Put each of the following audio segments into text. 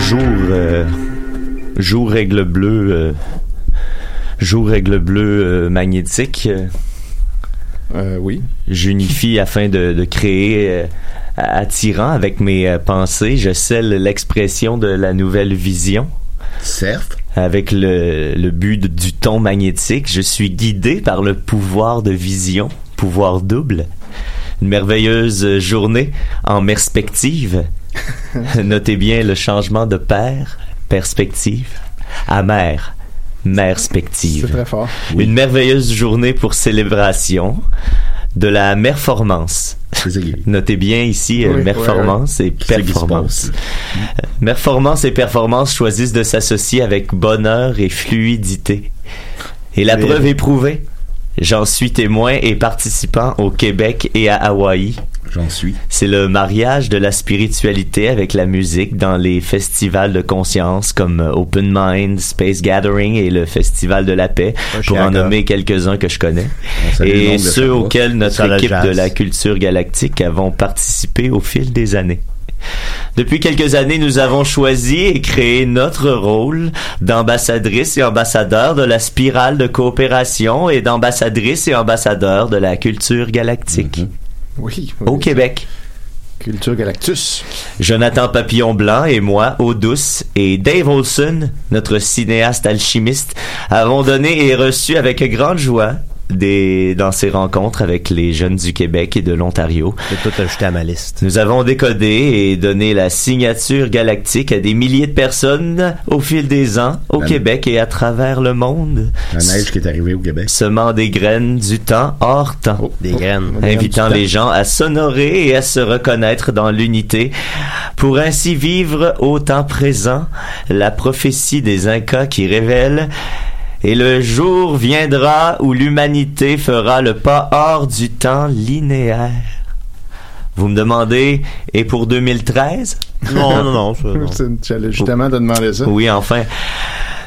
Jour, euh, jour règle bleue, euh, jour règle bleue euh, magnétique. euh, Euh, oui. J'unifie afin de, de créer euh, attirant avec mes euh, pensées. Je scelle l'expression de la nouvelle vision. Certes. Avec le, le but de- du ton magnétique, je suis guidé par le pouvoir de vision, pouvoir double. Une merveilleuse journée en perspective. Notez bien le changement de paire, perspective, à mère, C'est perspective. très fort. Une merveilleuse journée pour célébration de la performance. C'est ça qui est- Notez bien ici euh, Oui, performance et C'est ça qui se performance. passe. Performance et performance choisissent de s'associer avec bonheur et fluidité. Et la Mais- preuve est prouvée. J'en suis témoin et participant au Québec et à Hawaï. J'en suis. C'est le mariage de la spiritualité avec la musique dans les festivals de conscience comme euh, Open Mind, Space Gathering et le Festival de la Paix, pour en Oshiaga. nommer quelques-uns que je connais. On salue le Et nombre de ceux Sherbrooke. auxquels notre Sur la équipe de jazz. la culture galactique avons participé au fil des années. Depuis quelques années, nous avons choisi et créé notre rôle d'ambassadrice et ambassadeur de la spirale de coopération et d'ambassadrice et ambassadeur de la culture galactique Mhm. Oui. au Québec. Culture Galactus. Jonathan Papillon Blanc et moi, Eau Douce, et Dave Olson, notre cinéaste alchimiste, avons donné et reçu avec grande joie des, dans ses rencontres avec les jeunes du Québec et de l'Ontario. J'ai tout ajouté à ma liste. Nous avons décodé et donné la signature galactique à des milliers de personnes au fil des ans, au Ben- Québec et à travers le monde, La neige qui est arrivée au Québec. semant des graines du temps hors temps. Oh, Des oh, graines. des invitant du temps. les gens à s'honorer et à se reconnaître dans l'unité, pour ainsi vivre au temps présent la prophétie des Incas qui révèle et le jour viendra où l'humanité fera le pas hors du temps linéaire. Vous me demandez, et pour 2013? Non, non, non. ça, non. C'est- J'allais justement te demander ça. Oui, enfin.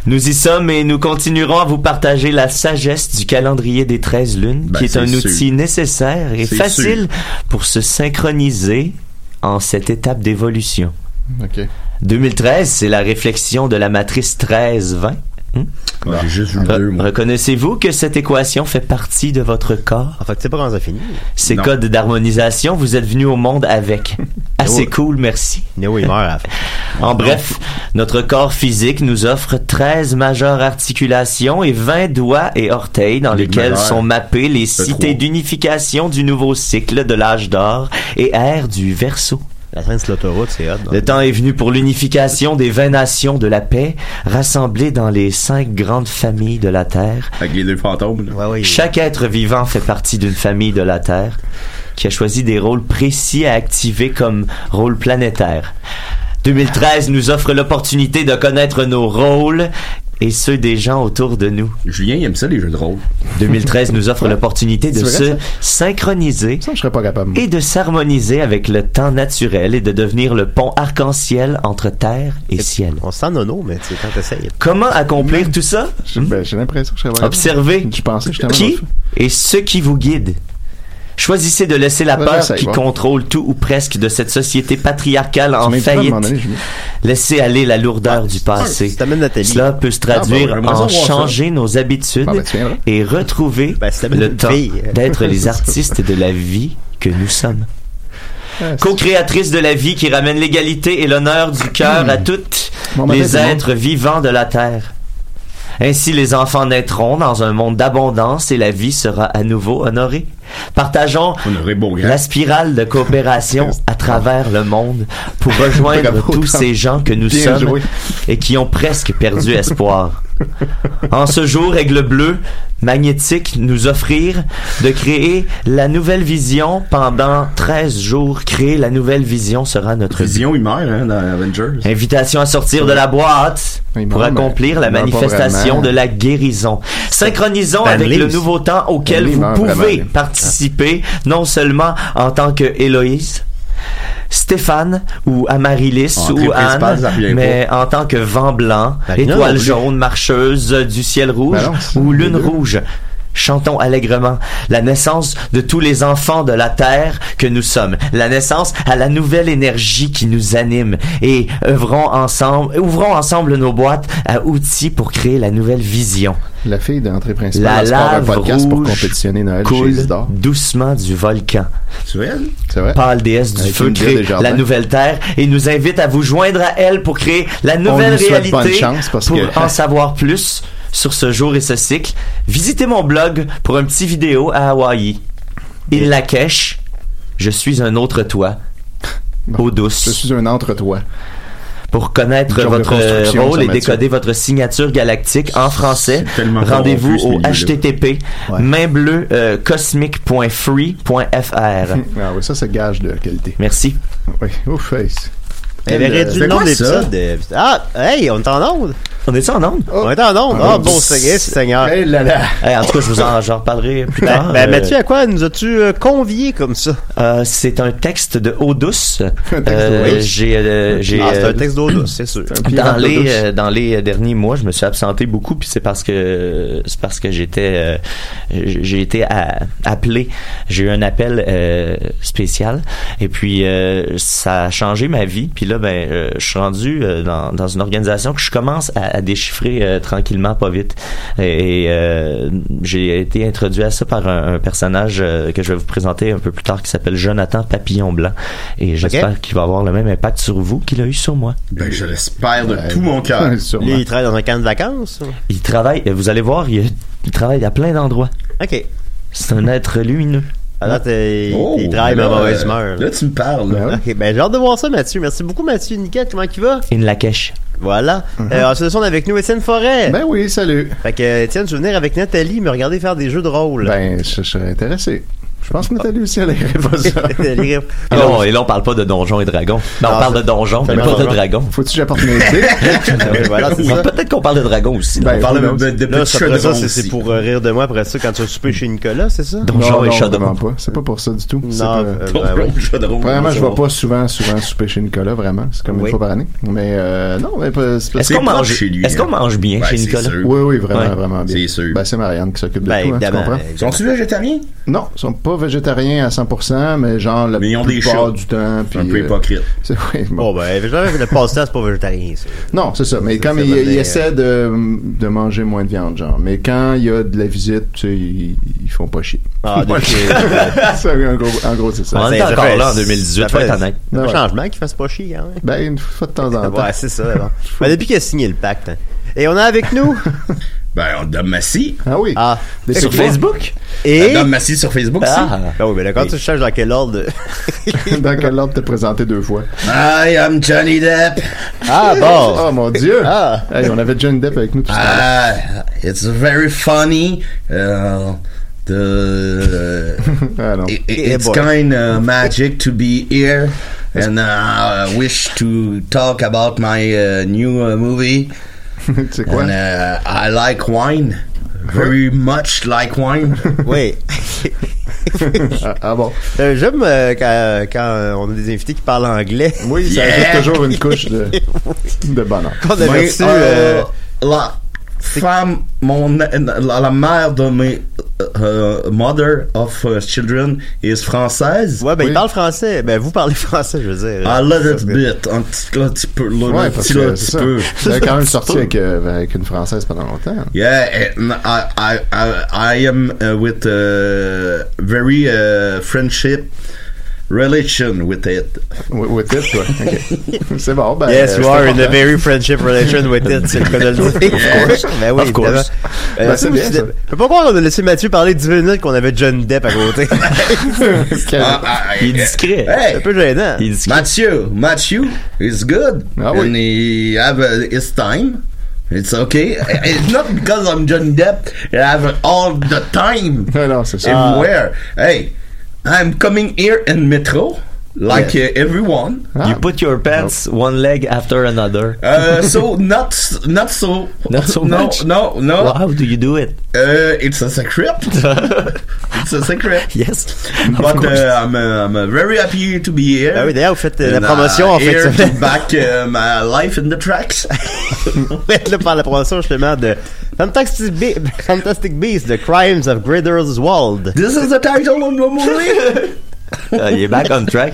Nous y sommes et nous continuerons à vous partager la sagesse du calendrier des 13 lunes, Ben, qui est c'est un sûr. outil nécessaire et C'est facile pour se synchroniser en cette étape d'évolution. OK. 2013, c'est la réflexion de la matrice 13-20. Moi, J'ai juste vu Re- deux, moi. Reconnaissez-vous que cette équation fait partie de votre corps? En fait, c'est pas quand ça finit. Ces Non. codes d'harmonisation, vous êtes venu au monde avec. Assez cool, merci. Néo, il meurt à la fin. En bref, notre corps physique nous offre 13 majeures articulations et 20 doigts et orteils dans Les lesquels majeures. sont mappées les cités trois. d'unification du nouveau cycle de l'âge d'or et ère du verso. La scène sur l'autoroute, c'est hot. non? Le temps est venu pour l'unification des 20 nations de la paix rassemblées dans les cinq grandes familles de la Terre. Avec les deux fantômes, là. Ouais, ouais. Chaque être vivant fait partie d'une famille de la Terre qui a choisi des rôles précis à activer comme rôle planétaire. 2013 nous offre l'opportunité de connaître nos rôles et ceux des gens autour de nous. Julien, il aime ça, les jeux de rôle. 2013 nous offre l'opportunité de C'est se vrai, synchroniser Ça, je serais pas capable. moi. et de s'harmoniser avec le temps naturel et de devenir le pont arc-en-ciel entre terre et ciel. On sent nono, mais c'est quand t'essayes. Comment accomplir tout ça? J'ai ben, j'ai l'impression que je serais pas Ah, capable. Observez Je pensais justement. qui et ce qui vous guide. Choisissez de laisser la Ouais, peur j'essaie, qui ouais. contrôle tout ou presque de cette société patriarcale en En faillite. faillite. Laissez aller la lourdeur du Si passé. t'amènes Nathalie. Cela peut se traduire Ah, bah, j'aimerais ça en voir ça. changer nos habitudes Ah, bah, tu viendras. et retrouver Ben, c'est la bonne le temps fille. d'être les artistes de la vie que nous sommes. Co-créatrice de la vie qui ramène l'égalité et l'honneur du cœur à toutes Hmm. Bon matin, tout les le monde. êtres vivants de la terre. Ainsi, les enfants naîtront dans un monde d'abondance et la vie sera à nouveau honorée. Partageons On aurait beau gars. la spirale de coopération à travers le monde pour rejoindre Bravo, tous Tom. ces gens que nous Bien sommes joué. et qui ont presque perdu espoir. En ce jour, Aigle Bleu, Magnétique, nous offrir de créer la nouvelle vision pendant 13 jours. Créer la nouvelle vision sera notre but. Vision, il meurt, hein, dans Avengers. Invitation à sortir de la boîte Il meurt, pour mais accomplir la il meurt ben, pas manifestation vraiment. Ben, de la guérison. Synchronisons Stan avec Lee le aussi. nouveau temps auquel Lee vous meurt pouvez Ben, vraiment. participer, non seulement en tant que Héloïse, Stéphane ou Amaryllis En ou entrée Anne, principale, ça revient mais en tant que vent blanc, Marina étoile non plus. jaune, marcheuse euh, du ciel rouge Ben non, c'est ou les lune deux. rouge. Chantons allègrement la naissance de tous les enfants de la terre que nous sommes, la naissance à la nouvelle énergie qui nous anime et œuvrons ensemble, ouvrons ensemble nos boîtes à outils pour créer la nouvelle vision. La fille d'entrée La principale elle se part un lave podcast pour rouge compétitionner Noël chez Coule Isidore. doucement du volcan. Tu elle? C'est vrai. Pâle déesse du Avec feu une bière crée des jardins. la nouvelle terre et nous invite à vous joindre à elle pour créer la nouvelle lui souhaite réalité. bonne chance parce pour que- en savoir plus sur ce jour et ce cycle, visitez mon blog pour un petit vidéo à Hawaï. Il la cache. Je suis un autre toi. Bon, Eau douce. Je suis un entre-toi. Pour connaître Une genre de votre euh, construction, rôle ça, et Mathieu. décoder votre signature galactique en français, C'est tellement rendez-vous corrompu, ce au milieu-là. http Ouais. euh, mainbleu.cosmic.free.fr. Ah oui, ça, c'est gage de qualité. Merci. Oui. Ouf, face. Elle euh, avait réduit le nombre d'épisodes. de- Ah, hey, on est en onde. On est ça en onde? Oh. On est en onde. Ah, bon Seigneur, Seigneur. Hey là Ah, là. Eh, en tout cas, je vous en, j'en reparlerai plus Ben, tard. ben, Euh, Mathieu, à quoi nous as-tu euh, convié comme ça? euh, c'est un texte de eau douce. texte Euh, d'eau douce. j'ai, euh, j'ai, Ah, c'est euh, un texte d'eau douce, c'est sûr. dans pirate les d'eau douce. euh, dans les euh, derniers mois, je me suis absenté beaucoup, puis c'est parce que c'est parce que j'étais euh, j'ai j'ai été a- appelé, j'ai eu un appel euh, spécial, et puis euh, ça a changé ma vie. Puis là, ben, euh, je suis rendu euh, dans, dans une organisation que je commence à, à déchiffrer euh, tranquillement, pas vite. Et, et, euh, j'ai été introduit à ça par un, un personnage euh, que je vais vous présenter un peu plus tard, qui s'appelle Jonathan Papillon Blanc, et j'espère qu'il va avoir le même impact sur vous qu'il a eu sur moi. Ben, je l'espère de tout mon cœur. Ouais, sûrement. Lui, il travaille dans un camp de vacances. ou? Il travaille, euh, vous allez voir, il y a Il travaille à plein d'endroits. OK. C'est un être lumineux. Alors, t'es- Oh, il travaille ma là, mauvaise euh, humeur. Là, là. tu me parles. là. Ben ouais. OK, ben j'ai hâte de voir ça, Mathieu. Merci beaucoup, Mathieu. Niquette, comment tu vas? Il la cache. Voilà. Euh, en solution, on a avec nous Étienne Forêt. Mhm. Ben oui, salut. Fait que, euh, Étienne, je vais venir avec Nathalie me regarder faire des jeux de rôle. Ben, je, je serais intéressé. Je pense que Nathalie aussi, elle aimerait pas ça. Nathalie- Et là, on, et là, on parle pas de donjons et dragons. Non, on Non, parle c'est- de donjons, c'est mais pas de donjon. dragons. Faut-tu que j'apporte mes idées? Ouais, voilà, c'est Oui, ça. Peut-être qu'on parle de dragons aussi. Ben, On non? parle who knows? de, de, de Là, petits c'est après ça, chaudrons c'est- aussi. c'est pour euh, rire de moi après ça quand tu vas souper chez Nicolas, c'est ça? donjons et vraiment chadons. pas. C'est pas pour ça du tout. C'est Non, pas- euh, Chaudrons, ben ouais. chaudrons, Premièrement, je chaudrons. vais pas souvent, souvent souper chez Nicolas, vraiment. C'est comme Oui. une fois par année. Mais euh, non, mais pas- c'est pas- Est-ce C'est qu'on proche mange, chez lui, est-ce hein. qu'on mange bien Ben, chez c'est Nicolas? sûr. Oui, oui, vraiment, Ouais. vraiment bien. C'est sûr. Ben, c'est Marianne qui s'occupe de Ben, tout, hein, tu évidemment. comprends? Sont-tu végétariens? Non, ils sont pas végétariens à 100%, mais genre la Mais ils ont des plupart chats. du temps. C'est un puis, peu euh, hypocrite. c'est- oui, bon. Bon, ben, j'avais le passe-temps, c'est pas végétarien, ça. Non, c'est ça. Mais C'est- comme c'est il, devenu, il euh, essaie de, de manger moins de viande, genre. Mais quand il y a de la visite, tu sais, ils, ils font pas chier. Ah, donc, ça, en gros, en gros, c'est ça. On est ça encore fait- là en ça 2018, faut fait- être honnête. C'est un Ouais. changement qui fasse pas chier, hein. ouais. Ben, une fois de temps en temps. Ouais, c'est ça, bon. Ben, depuis qu'il a signé le pacte. hein. Et on a avec nous. Ben, on Dom Massy. Ah oui. Ah. Des Sur fois. Facebook? Et. Dom Massy sur Facebook, Ah. ah. Ben oui, mais là, quand tu cherches dans quel ordre. Dans quel ordre t'es présenté deux fois? I am Johnny Depp. Ah, bon. Oh mon dieu! Ah. Hey, on avait Johnny Depp avec nous tout à l'heure. Ah, it's very funny. Uh, the, Ah non. it- Eh, it's boy. kind of magic to be here. And uh, I wish to talk about my uh, new uh, movie. tu sais quoi? And uh, I like wine. Very much like wine. Oui. Ah, ah bon. Euh, J'aime euh, quand, euh, quand euh, on a des invités qui parlent anglais. Oui, ça Yeah. ajoute toujours une couche de, de bonheur. Qu'on avait Mais, reçu. euh, euh, la femme, mon, la, la mère de mes euh, mother of uh, children is française. Ouais, ben, Oui. Ah, il parle français. Ben, vous parlez français, je veux dire. A Ça, little c'est- bit, un petit, un petit peu, là, Ouais, un parce petit, que là, un c'est petit ça. peu. J'avais quand même sorti avec, euh, avec une Française pendant longtemps. Yeah, and I, I, I, I am uh, with uh, very uh, friendship relation with it. Wi- With it, toi. OK. C'est bon, ben. Yes, euh, you c'est are in a important. very friendship relation with it, c'est le cas de le dire. Of course. Ben oui, Of course. évidemment. Ben, Euh, c'est moi, bien, je- ça. Je peux pas croire qu'on a laissé Mathieu parler 10 minutes qu'on avait John Depp à côté. Ah, ah, Il est eh, discret. C'est un Hey, peu gênant. Il est discret. Mathieu, Mathieu is good. Ah oui. And he have uh, his time. It's okay. It's not because I'm Johnny Depp. I have all the time. Non, Ah, non, c'est Ah. ça. Ah. Everywhere. Hey, I'm coming here in metro, like uh, everyone. Ah. You put your pants one leg after another. Uh, so not not so Not so no, much? No, no, Ah. Well, how do you do it? Uh, it's a secret. it's a secret. Yes. But uh, I'm uh, I'm uh, very happy to be here. Ben oui, d'ailleurs, vous faites euh, la And, uh, promotion en fait. here de to semaine. back uh, my life in the tracks. Vous faites là par la promotion justement de Fantastic, Be- Fantastic Beasts, The Crimes of Grindelwald. this is the title of the movie. Uh, il est back on track.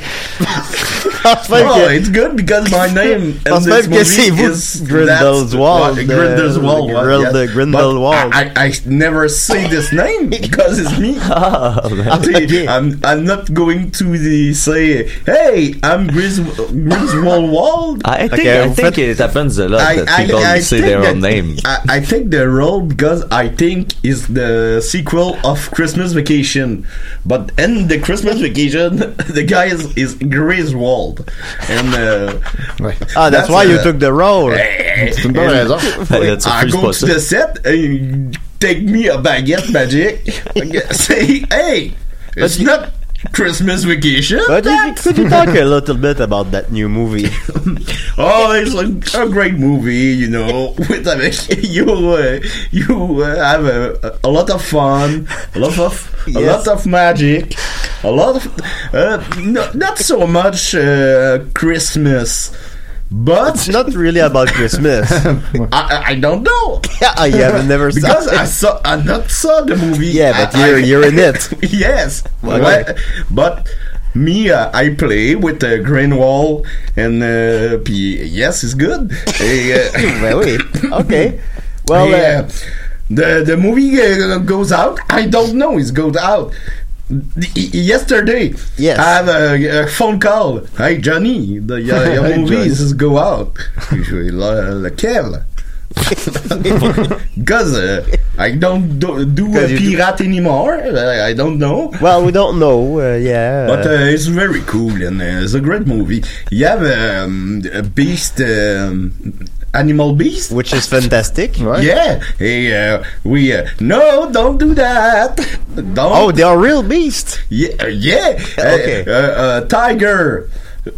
Enfin, oh, que- it's good because my name Je in pense this même que c'est movie vous, is Grindelwald, that's- euh, Grindelwald. Grind- yes. the Grindelwald. But I, I, I never say this name because it's me. Ah, man. Okay. I'm I'm not going to the, say, hey, I'm Gris- Griswold. Ah, I think, Okay, I vous think it faites- happens a lot that people say their that- own name. I, I take the role because I think is the sequel of Christmas Vacation, but in the Christmas Vacation, the guy is, is Griswold, and uh, Ouais. ah, that's, why you uh, took the role. C'est une bonne and raison. Hey, là, tu I refuses go pas to ça. the set and you take me a baguette magic. say, hey, it's not Christmas Vacation. But you- Euh, could you talk a little bit about that new movie? Oh, it's like a great movie, you know. With I mean, you uh, you uh, have a, a lot of fun, a lot of a Yes. lot of magic, a lot of uh, no, not so much uh, Christmas, but It's not really about Christmas. I, I- I don't know Ah, you have never saw because I saw I not saw the movie. Yeah, but I- you're, I- you're in it. yes, Why but, but me, uh, I play with the green wall, and uh, p- yes, it's good. Eh, uh, ben oui. OK. Well, yeah. uh, the the movie uh, goes out. I don't know. It goes out. The- y- yesterday, Yes. I have a, a phone call. Hey Johnny, the, uh, your, your Hey, movie Johnny. is go out. Je suis là, lequel? Because uh, I don't do, do uh, Because you do- pirate anymore. I, I don't know. Well, we don't know. Uh, yeah. But uh, it's very cool and uh, it's a great movie. You have um, a beast, um, animal beast. which is fantastic. Ouais. Yeah, hey, uh, we uh, no, don't do that. Don't. Oh, they are real beasts. yeah, uh, yeah. Uh, Okay. Uh, uh, tiger,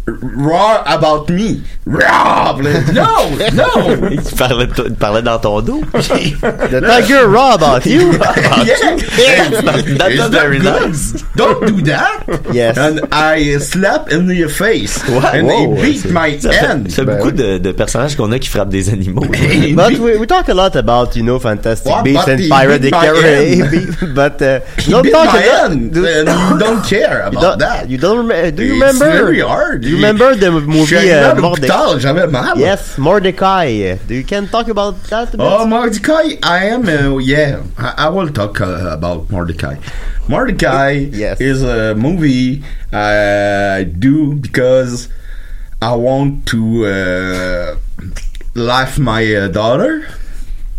roar about me. Roar. No, no. Il parlait, de- il parlait dans ton dos. The tiger raw about you. yeah, That's not- that's It's not not very good. nice. Don't do that. Yes. And I uh, slap in your face. Wow. and he Wow. beat my Ça fait, hand. ça fait Ben beaucoup oui. de, de personnages qu'on a qui frappent des animaux. He But beat- we, we talk a lot about you know fantastic What? beasts But and he pirate beat my hand. Caribbean, but uh, he don't beat talk my about hand. do- and you don't care about you don't, that. You don't remember? Do you It's remember? very hard. Do you remember the Je suis movie arrivé uh, à Mordecai? l'hôpital, j'avais mal. Yes, Mordecai. Do you can talk about that? A bit? Oh, Mordecai, I am, uh, yeah, I, I will talk uh, about Mordecai. Mordecai Yes. is a movie I do because I want to uh, laugh my uh, daughter.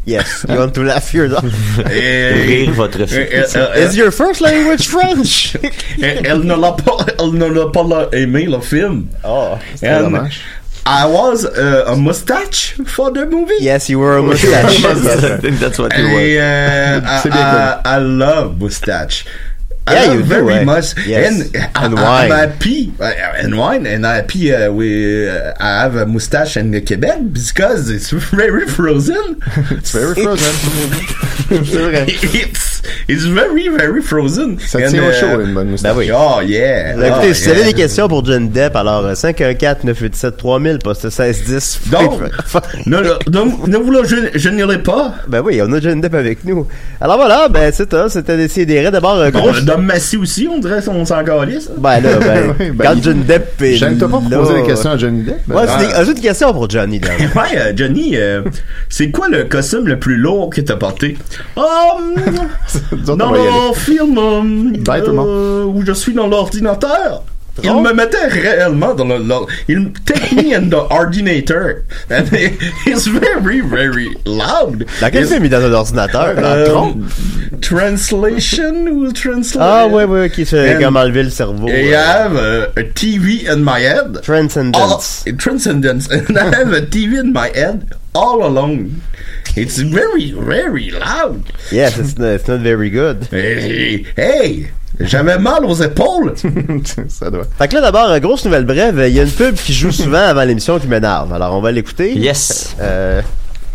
yes, you want to laugh your Eh, Rire votre fille. uh, Is your first language French? Elle elle ne eh, l'a pas, elle ne l'a pas la- aimé le film. oh, And dommage. I was uh, a mustache for the movie. yes, you were a mustache. I think that's what it was. I, uh, C'est bien I, I, I love mustache. I Yeah, love you do, very eh? much. Yes. And, I- And I- wine. I'm happy uh, and wine and I happy uh, we uh, I have a mustache in Quebec because it's very frozen. It's very frozen. C'est vrai. it's it's very very frozen. uh, Ça tient au chaud, une euh, ben bonne moustache. Oh yeah. Ah, Bah, oh, Écoutez, si vous avez yeah. des questions pour John Depp, alors euh, 514-987-3000, poste 1610. Donc, non, non, non, ne vous le je, je n'y l'ai pas. Ben oui, on a John Depp avec nous. Alors voilà, ben c'est ça, c'était décidé. D'abord, euh, Bon, Ben, gros... le Dom Massy aussi, on dirait qu'on s'en calisse. Ben là, ben, Oui, ben, quand il- John Depp est J'aime t'as pas là- poser des questions à Johnny Depp. Ouais, Ben, c'est des- j'ai une question pour Johnny, là. Ouais, euh, Johnny, euh, c'est quoi le costume le plus lourd que t'as porté? Um, nous dans autres, on va y aller. le film um, Bye, tout le monde. Oh. euh, où je suis dans l'ordinateur, il me mettait réellement dans le... l'or- Il take me in the ordinator. And it's very, very loud. Dans quel It's- film il est dans un ordinateur? euh, Dans Tron? Translation will translate. Ah ouais, ouais, qui se Ben, And- comme enlever le cerveau. I euh, have a, a TV in my head. Transcendence. oh. All, transcendence. And I have a TV in my head all along. It's very, very loud. Yes, it's not, it's not very good. Hey, hey, j'avais mal aux épaules. ça doit. Fait que là, d'abord, euh, grosse nouvelle brève, il y a une pub qui joue souvent avant l'émission qui m'énerve. Alors, on va l'écouter. Yes. Euh,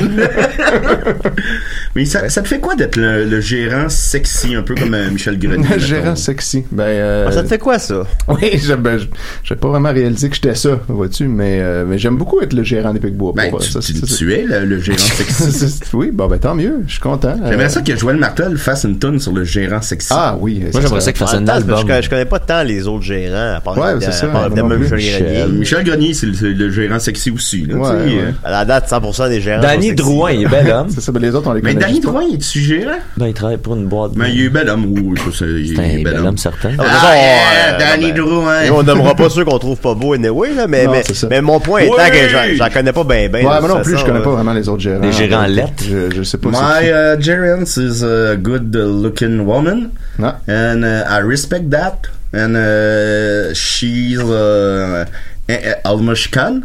Mais ça, ça te fait quoi d'être le, le gérant sexy, un peu comme euh, Michel Grenier? Le mettons? gérant sexy. Ben, euh, Ça te fait quoi, ça? oui, je- ben, je- j'ai pas vraiment réalisé que j'étais ça, vois-tu, mais, euh, mais j'aime beaucoup beaucoup être le gérant des Picbois. Ben, pour, tu, ça, tu- c'est- c'est- tu es le, le gérant sexy. c'est- c'est- oui, bon, ben tant mieux, je suis content. Euh, J'aimerais ça que Joël Martel fasse une tonne sur le gérant sexy. Ah oui, Moi, j'aimerais ça qu'il fasse En même un temps, album. Je, connais- je connais pas tant les autres gérants, à part Ouais, de- c'est à ça, part moi de non même plus. Julien Michel. Renier. Euh, Michel Grenier, c'est le, c'est le gérant sexy aussi. Là, Ouais, tu sais, ouais. euh. À la date, 100% des gérants. sont Danny sexy. Drouin, il est bel homme. C'est ça, ben les autres, on les Mais connaît. Danny juste pas. Drouin, est-tu gérant? Ben, il travaille pour une boîte. Mais il est bel homme. ou je sais, il C'est un est bel homme, certain. Ah, Ah, de toute façon, yeah, euh, Danny ben, Drouin. Et on nommera pas ceux qu'on trouve pas beaux anyway, là, mais, Non, mais, c'est ça. mais mon point Oui! étant que j'en- j'en connais pas ben, bien, bien. Ouais, moi non plus, je connais pas vraiment les autres gérants. Les gérants lettres. Je, je sais pas My c'est qui. uh, Gerance is a good uh, looking woman, Non. and uh, I respect that. And uh, she's uh, a- a- almost can,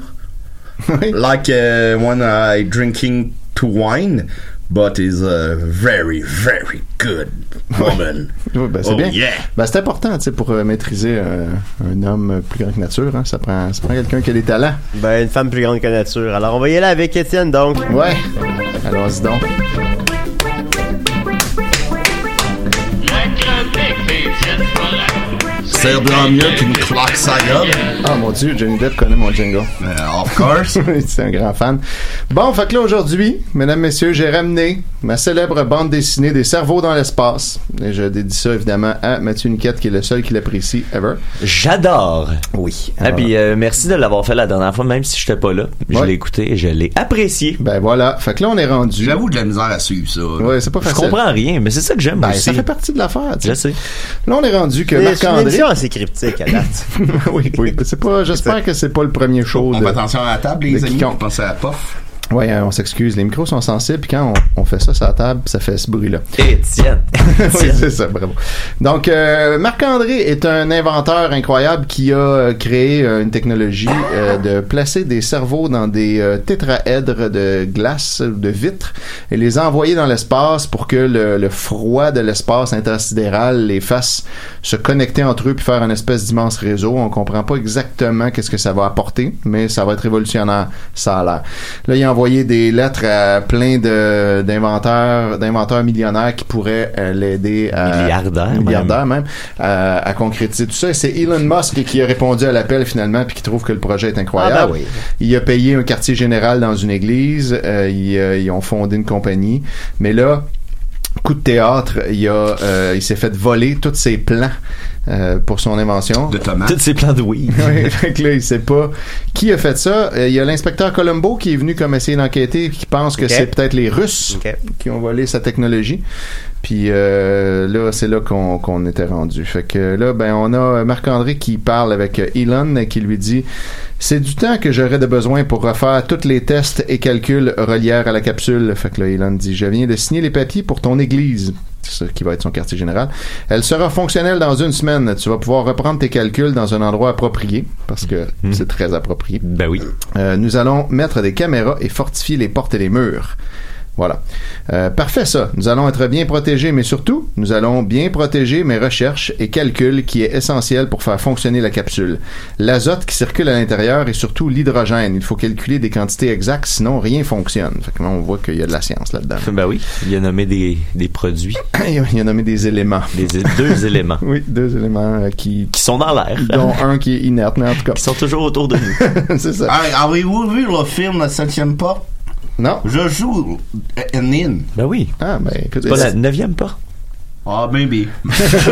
Oui. like uh, when I drinking to wine, but is a very very good woman. Oui, ben, c'est Oh, bien. yeah. Ben, c'est important, tu sais, pour euh, maîtriser euh, un homme plus grand que nature. Hein. Ça prend, ça prend quelqu'un qui a des talents. Ben, une femme plus grande que nature. Alors, on va y aller avec Étienne, donc. Ouais. Allons-y donc. C'est bien mieux qu'une claque sa gueule. Ah mon dieu, Johnny Depp connaît mon jingle. Uh, of course. C'est un grand fan. Bon, fait que là aujourd'hui, mesdames, messieurs, j'ai ramené ma célèbre bande dessinée des cerveaux dans l'espace. Et je dédie ça évidemment à Mathieu Niquette, qui est le seul qui l'apprécie ever. J'adore. Oui. Ah, puis euh, merci de l'avoir fait la dernière fois, même si je n'étais pas là. Je Ouais. l'ai écouté et je l'ai apprécié. Ben voilà. Fait que là on est rendu. J'avoue de la misère à suivre ça. Ouais, c'est pas Je facile. comprends rien, mais c'est ça que j'aime Ben, aussi. ça fait partie de l'affaire. tu Je sais. sais. Là on est rendu que ah, C'est une Marc-André. émission assez cryptique à date. oui, oui. C'est pas. J'espère que c'est pas le premier show. On de- fait attention à la table, de les amis. quiconque. On pense à la pof. Ouais, hein, on s'excuse. Les micros sont sensibles. Puis quand on, on fait ça sur la table, ça fait ce bruit là. Étienne. oui, c'est ça, bravo. Donc, euh, Marc-André est un inventeur incroyable qui a euh, créé euh, une technologie euh, de placer des cerveaux dans des euh, tétraèdres de glace, ou de vitre, et les envoyer dans l'espace pour que le, le froid de l'espace intersidéral les fasse se connecter entre eux puis faire un espèce d'immense réseau. On comprend pas exactement qu'est-ce que ça va apporter, mais ça va être révolutionnaire, ça a l'air. Là, il a envoyé des lettres à plein de- d'inventeurs, d'inventeurs millionnaires qui pourraient euh, l'aider à... Milliardaire, même. Milliardaire même. euh, à- à concrétiser tout ça. Et c'est Elon Musk qui a répondu à l'appel finalement puis qui trouve que le projet est incroyable. Ah ben oui. Il a payé un quartier général dans une église. euh, ils, euh, ils ont fondé une compagnie. Mais là, coup de théâtre, il, a, euh, il s'est fait voler tous ses plans euh, pour son invention. De Thomas. Tous ces plans de oui. Ouais, fait que là, il sait pas qui a fait ça. Euh, Il y a l'inspecteur Colombo qui est venu comme essayer d'enquêter et qui pense que Ok. c'est peut-être les Russes Ok. qui ont volé sa technologie. Puis euh, là, c'est là qu'on qu'on était rendu. Fait que là, ben, on a Marc-André qui parle avec euh, Elon et qui lui dit C'est du temps que j'aurais de besoin pour refaire tous les tests et calculs reliés à la capsule. Fait que là, Elon dit Je viens de signer les papiers pour ton église. C'est ça qui va être son quartier général. Elle sera fonctionnelle dans une semaine. Tu vas pouvoir reprendre tes calculs dans un endroit approprié, parce que Hmm. c'est très approprié. Ben oui. Euh, nous allons mettre des caméras et fortifier les portes et les murs. Voilà. Euh, parfait ça. Nous allons être bien protégés, mais surtout, nous allons bien protéger mes recherches et calculs qui est essentiel pour faire fonctionner la capsule. L'azote qui circule à l'intérieur et surtout l'hydrogène. Il faut calculer des quantités exactes, sinon rien fonctionne. Fait que là, on voit qu'il y a de la science là-dedans. Ben oui. Il a nommé des, des produits, Il a nommé des éléments. des, deux éléments Oui, deux éléments euh, qui, qui sont dans l'air, dont un qui est inerte, mais en tout qui sont toujours autour de nous. cas, c'est ça. Hey, Avez-vous vu le film La Septième Porte? Non. Je joue un in. Ben oui. Ah, ben, écoute, C'est pas la neuvième porte. Ah, maybe.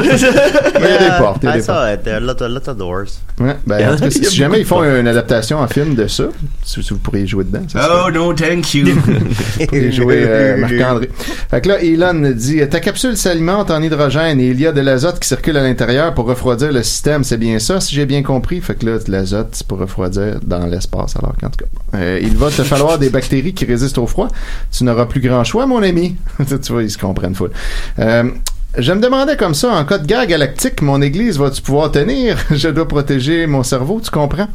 il y a euh, des portes, il y a Ah, des portes. ça, a lot, a lot of doors. Ouais, ben, Il y en en tout a- cas, il y a si jamais ils beaucoup font de une adaptation en film de ça, si si vous pourriez jouer dedans, ça serait- Oh, no, thank you. vous pourriez jouer euh, Marc-André. Fait que là, Elon dit Ta capsule s'alimente en hydrogène et il y a de l'azote qui circule à l'intérieur pour refroidir le système. C'est bien ça, si j'ai bien compris. Fait que là, de l'azote, c'est pour refroidir dans l'espace. Alors, en tout cas, euh, il va te falloir des bactéries qui résistent au froid. Tu n'auras plus grand choix, mon ami. tu vois, ils se comprennent full. Euh, je me demandais comme ça, en cas de guerre galactique, mon église va-tu pouvoir tenir? Je dois protéger mon cerveau, tu comprends?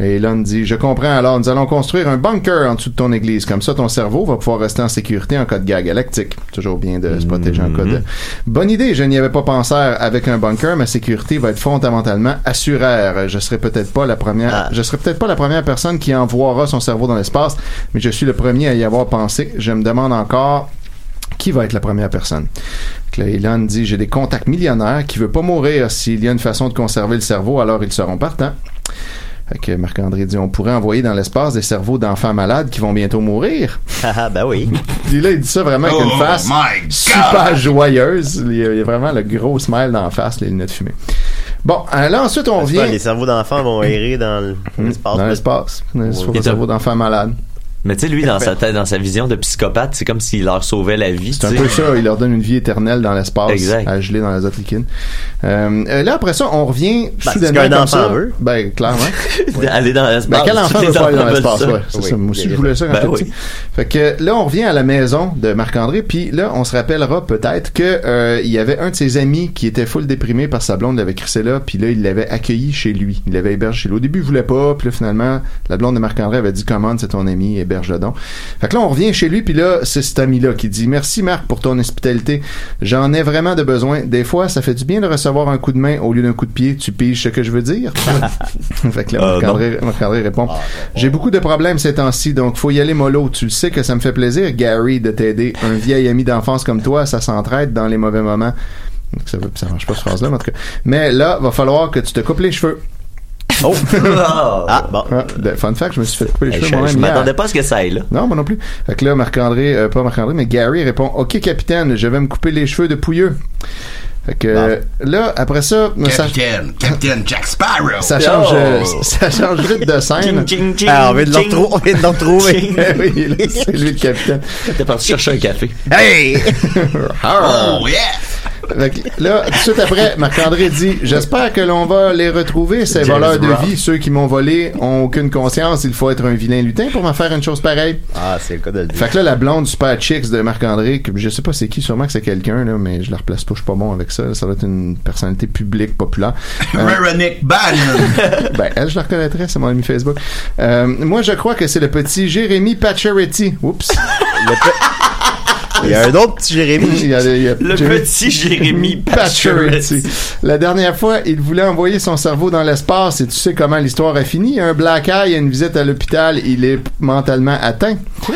Et Elon dit, je comprends, alors nous allons construire un bunker en dessous de ton église. Comme ça, ton cerveau va pouvoir rester en sécurité en cas de guerre galactique. Toujours bien de se protéger en cas Mhm. de... Bonne idée, je n'y avais pas pensé avec un bunker. Ma sécurité va être fondamentalement assurée. Je serai peut-être pas la première... Ah. Je serai peut-être pas la première personne qui envoiera son cerveau dans l'espace, mais je suis le premier à y avoir pensé. Je me demande encore qui va être la première personne. Fait que là, Elon dit J'ai des contacts millionnaires qui ne veulent pas mourir. S'il y a une façon de conserver le cerveau, alors ils seront partants. Fait que Marc-André dit on pourrait envoyer dans l'espace des cerveaux d'enfants malades qui vont bientôt mourir. Ah, ben oui. Puis là, il dit ça vraiment avec une face Oh my God! super joyeuse. Il y a il y a vraiment le gros smile d'en face, les lunettes fumées. Bon, euh, là ensuite on C'est pas, vient Hmm. les cerveaux d'enfants vont errer dans l- l'espace. dans l'espace, dans le Et cerveau d'enfants malades. Mais tu sais, lui, dans sa tête, dans sa vision de psychopathe, c'est comme s'il leur sauvait la vie. C'est un tu peu sais. ça, il leur donne une vie éternelle dans l'espace, Exact. à geler dans l'azote liquide. Euh, euh, là, après ça, on Ben, revient c'est soudainement ce qu'un comme enfant ça. veut. Ben, clairement. Aller dans Ben, l'espace. quel enfant Tous les veut pas aller dans enfants l'espace? veulent Ouais, c'est Oui. ça. Moi aussi, je voulais ça quand Ben j'étais oui. petit. Fait que euh, là, on revient à la maison de Marc-André, puis là, on se rappellera peut-être que euh, il y avait un de ses amis qui était full déprimé par sa blonde, l'avait crissé là, puis là, il l'avait accueilli chez lui. Il l'avait hébergé chez lui. Au début, il voulait pas, puis là, finalement, la blonde de Marc-André avait dit commande, c'est ton ami, héberge-le donc. Fait que là, on revient chez lui, puis là, c'est cet ami-là qui dit merci Marc pour ton hospitalité. J'en ai vraiment de besoin. Des fois, ça fait du bien de recevoir un coup de main au lieu d'un coup de pied. Tu piges ce que je veux dire? fait que là, Euh, Marc-André Marc-André répond Ah, J'ai beaucoup de problèmes ces temps-ci, donc faut y aller mollo. Tu le sais que ça me fait plaisir, Gary, de t'aider. Un vieil ami d'enfance comme toi, ça s'entraide dans les mauvais moments. Donc, Ça, ça marche pas, cette phrase-là, mais en tout cas. Mais là, va falloir que tu te coupes les cheveux. Oh! Ah, bon. Ah, de- fun fact, je me suis fait couper les Hey, cheveux je moi-même. je hier. m'attendais pas à ce que ça aille, là. Non, moi non plus. Fait que là, Marc-André, euh, pas Marc-André, mais Gary répond Ok, capitaine, je vais me couper les cheveux de pouilleux. Fait que euh, là, après ça, ça, Capitaine, Capitaine Jack Sparrow. ça change, euh, ça change vite de scène. Ah, on vient de le retrouver. On vient de le retrouver. Eh oui, là, c'est lui le capitaine. T'es parti chercher un café. hey! Oh, yeah! Fait que là, tout de suite après, Marc-André dit J'espère que l'on va les retrouver, ces voleurs de vie. Ceux qui m'ont volé ont aucune conscience. Il faut être un vilain lutin pour me faire une chose pareille. Ah, c'est le cas de le dire. Fait que là, la blonde super chicks de Marc-André, que je sais pas c'est qui, sûrement que c'est quelqu'un, là, mais je la replace pas, je suis pas bon avec ça. Ça doit être une personnalité publique, populaire. Euh, Reronick Bannon. ben, elle, je la reconnaîtrais, c'est mon ami Facebook. Euh, moi, je crois que c'est le petit Jérémy Pacioretty. Oups. Il y a un autre petit Jérémy. Ah, Il y a- il y a- Le Jérémy- petit Jérémy Pacioretty. Pacioretty. La dernière fois, il voulait envoyer son cerveau dans l'espace et tu sais comment l'histoire a fini. Un black eye, une visite à l'hôpital, il est mentalement atteint. Oh!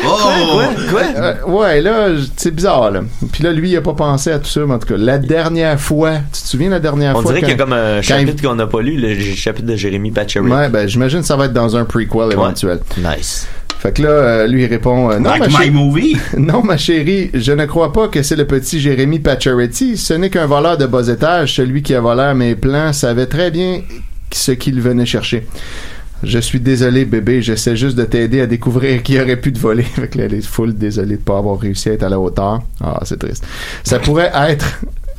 Euh, ouais, là, j- c'est bizarre, là. Puis là, lui, il a pas pensé à tout ça, mais en tout cas, la dernière fois, tu te souviens la dernière On fois? dirait qu'il y a quand- comme un quand il- chapitre qu'on n'a pas lu, le j- chapitre de Jérémy Pacioretty. Ouais, ben, j'imagine que ça va être dans un prequel éventuel. Nice. Fait que là, euh, lui, il répond, euh, non, ma Like my chérie- movie. non, ma chérie, je ne crois pas que c'est le petit Jérémy Pacioretty. Ce n'est qu'un voleur de bas étage. Celui qui a volé mes plans savait très bien ce qu'il venait chercher. Je suis désolé, bébé. J'essaie juste de t'aider à découvrir qui aurait pu te voler. Fait que là, elle est full désolée de pas avoir réussi à être à la hauteur. Ah, c'est triste. Ça pourrait être,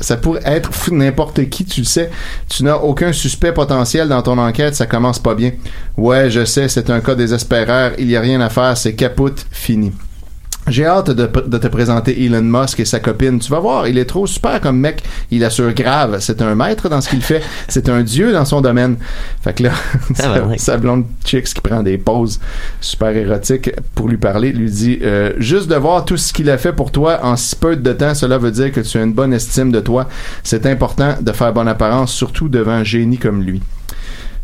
ça pourrait être fou, n'importe qui, tu le sais. Tu n'as aucun suspect potentiel dans ton enquête. Ça commence pas bien. Ouais, je sais, c'est un cas désespérant. Il y a rien à faire. C'est capote. Fini. J'ai hâte de, de te présenter Elon Musk et sa copine. Tu vas voir, il est trop super comme mec. Il assure grave. C'est un maître dans ce qu'il fait. C'est un dieu dans son domaine. Fait que là, Ah, sa, ben oui. sa blonde chicks qui prend des pauses super érotiques pour lui parler, lui dit euh, Juste de voir tout ce qu'il a fait pour toi en si peu de temps, cela veut dire que tu as une bonne estime de toi. C'est important de faire bonne apparence, surtout devant un génie comme lui. »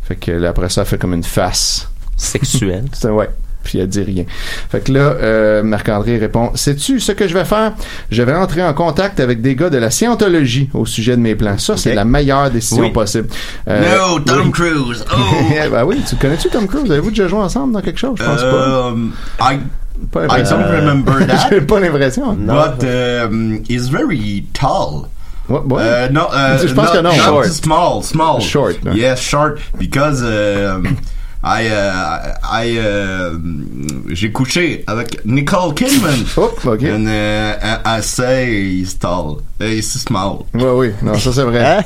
Fait que là, après ça, elle fait comme une face. Sexuel. C'est un ouais. Puis elle dit rien. Fait que là, euh, Marc-André répond Sais-tu ce que je vais faire Je vais entrer en contact avec des gars de la scientologie au sujet de mes plans. Ça, c'est la meilleure décision Oui. possible. Euh, No, Tom oui. Cruise. Oh! ben oui, tu connais-tu Tom Cruise Avez-vous déjà joué ensemble dans quelque chose Je pense Um, I, pas. Pas I l'impression. don't remember J'ai that. pas l'impression. But um, he's very tall. Ouais, ouais. Uh, no, uh, Je pense not, que non. not Short. Small, small. Short, hein. Yes, short. Because um, I, uh, I, uh, j'ai couché avec Nicole Kidman. Oh, ok. And uh, I, I say he's tall. Uh, he's small. Oui, oui, non, ça c'est vrai. Hein?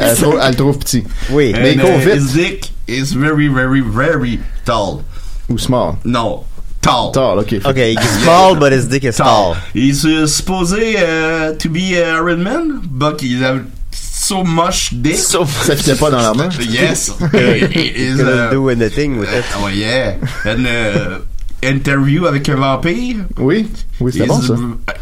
Elle, trouve, elle trouve petit. Oui. Mais and, go uh, vite. his dick is very, very, very tall. Ou small. No, tall. Tall, ok. OK, he's small, but his dick is tall. Il se supposé euh, uh, to be euh, Iron Man, but il a so much dick. Ça fitait pas dans la main. yes, it is. Couldn't uh, do anything with it. oh yeah, and uh, interview avec un vampire. Oui, oui, c'est He's- bon ça.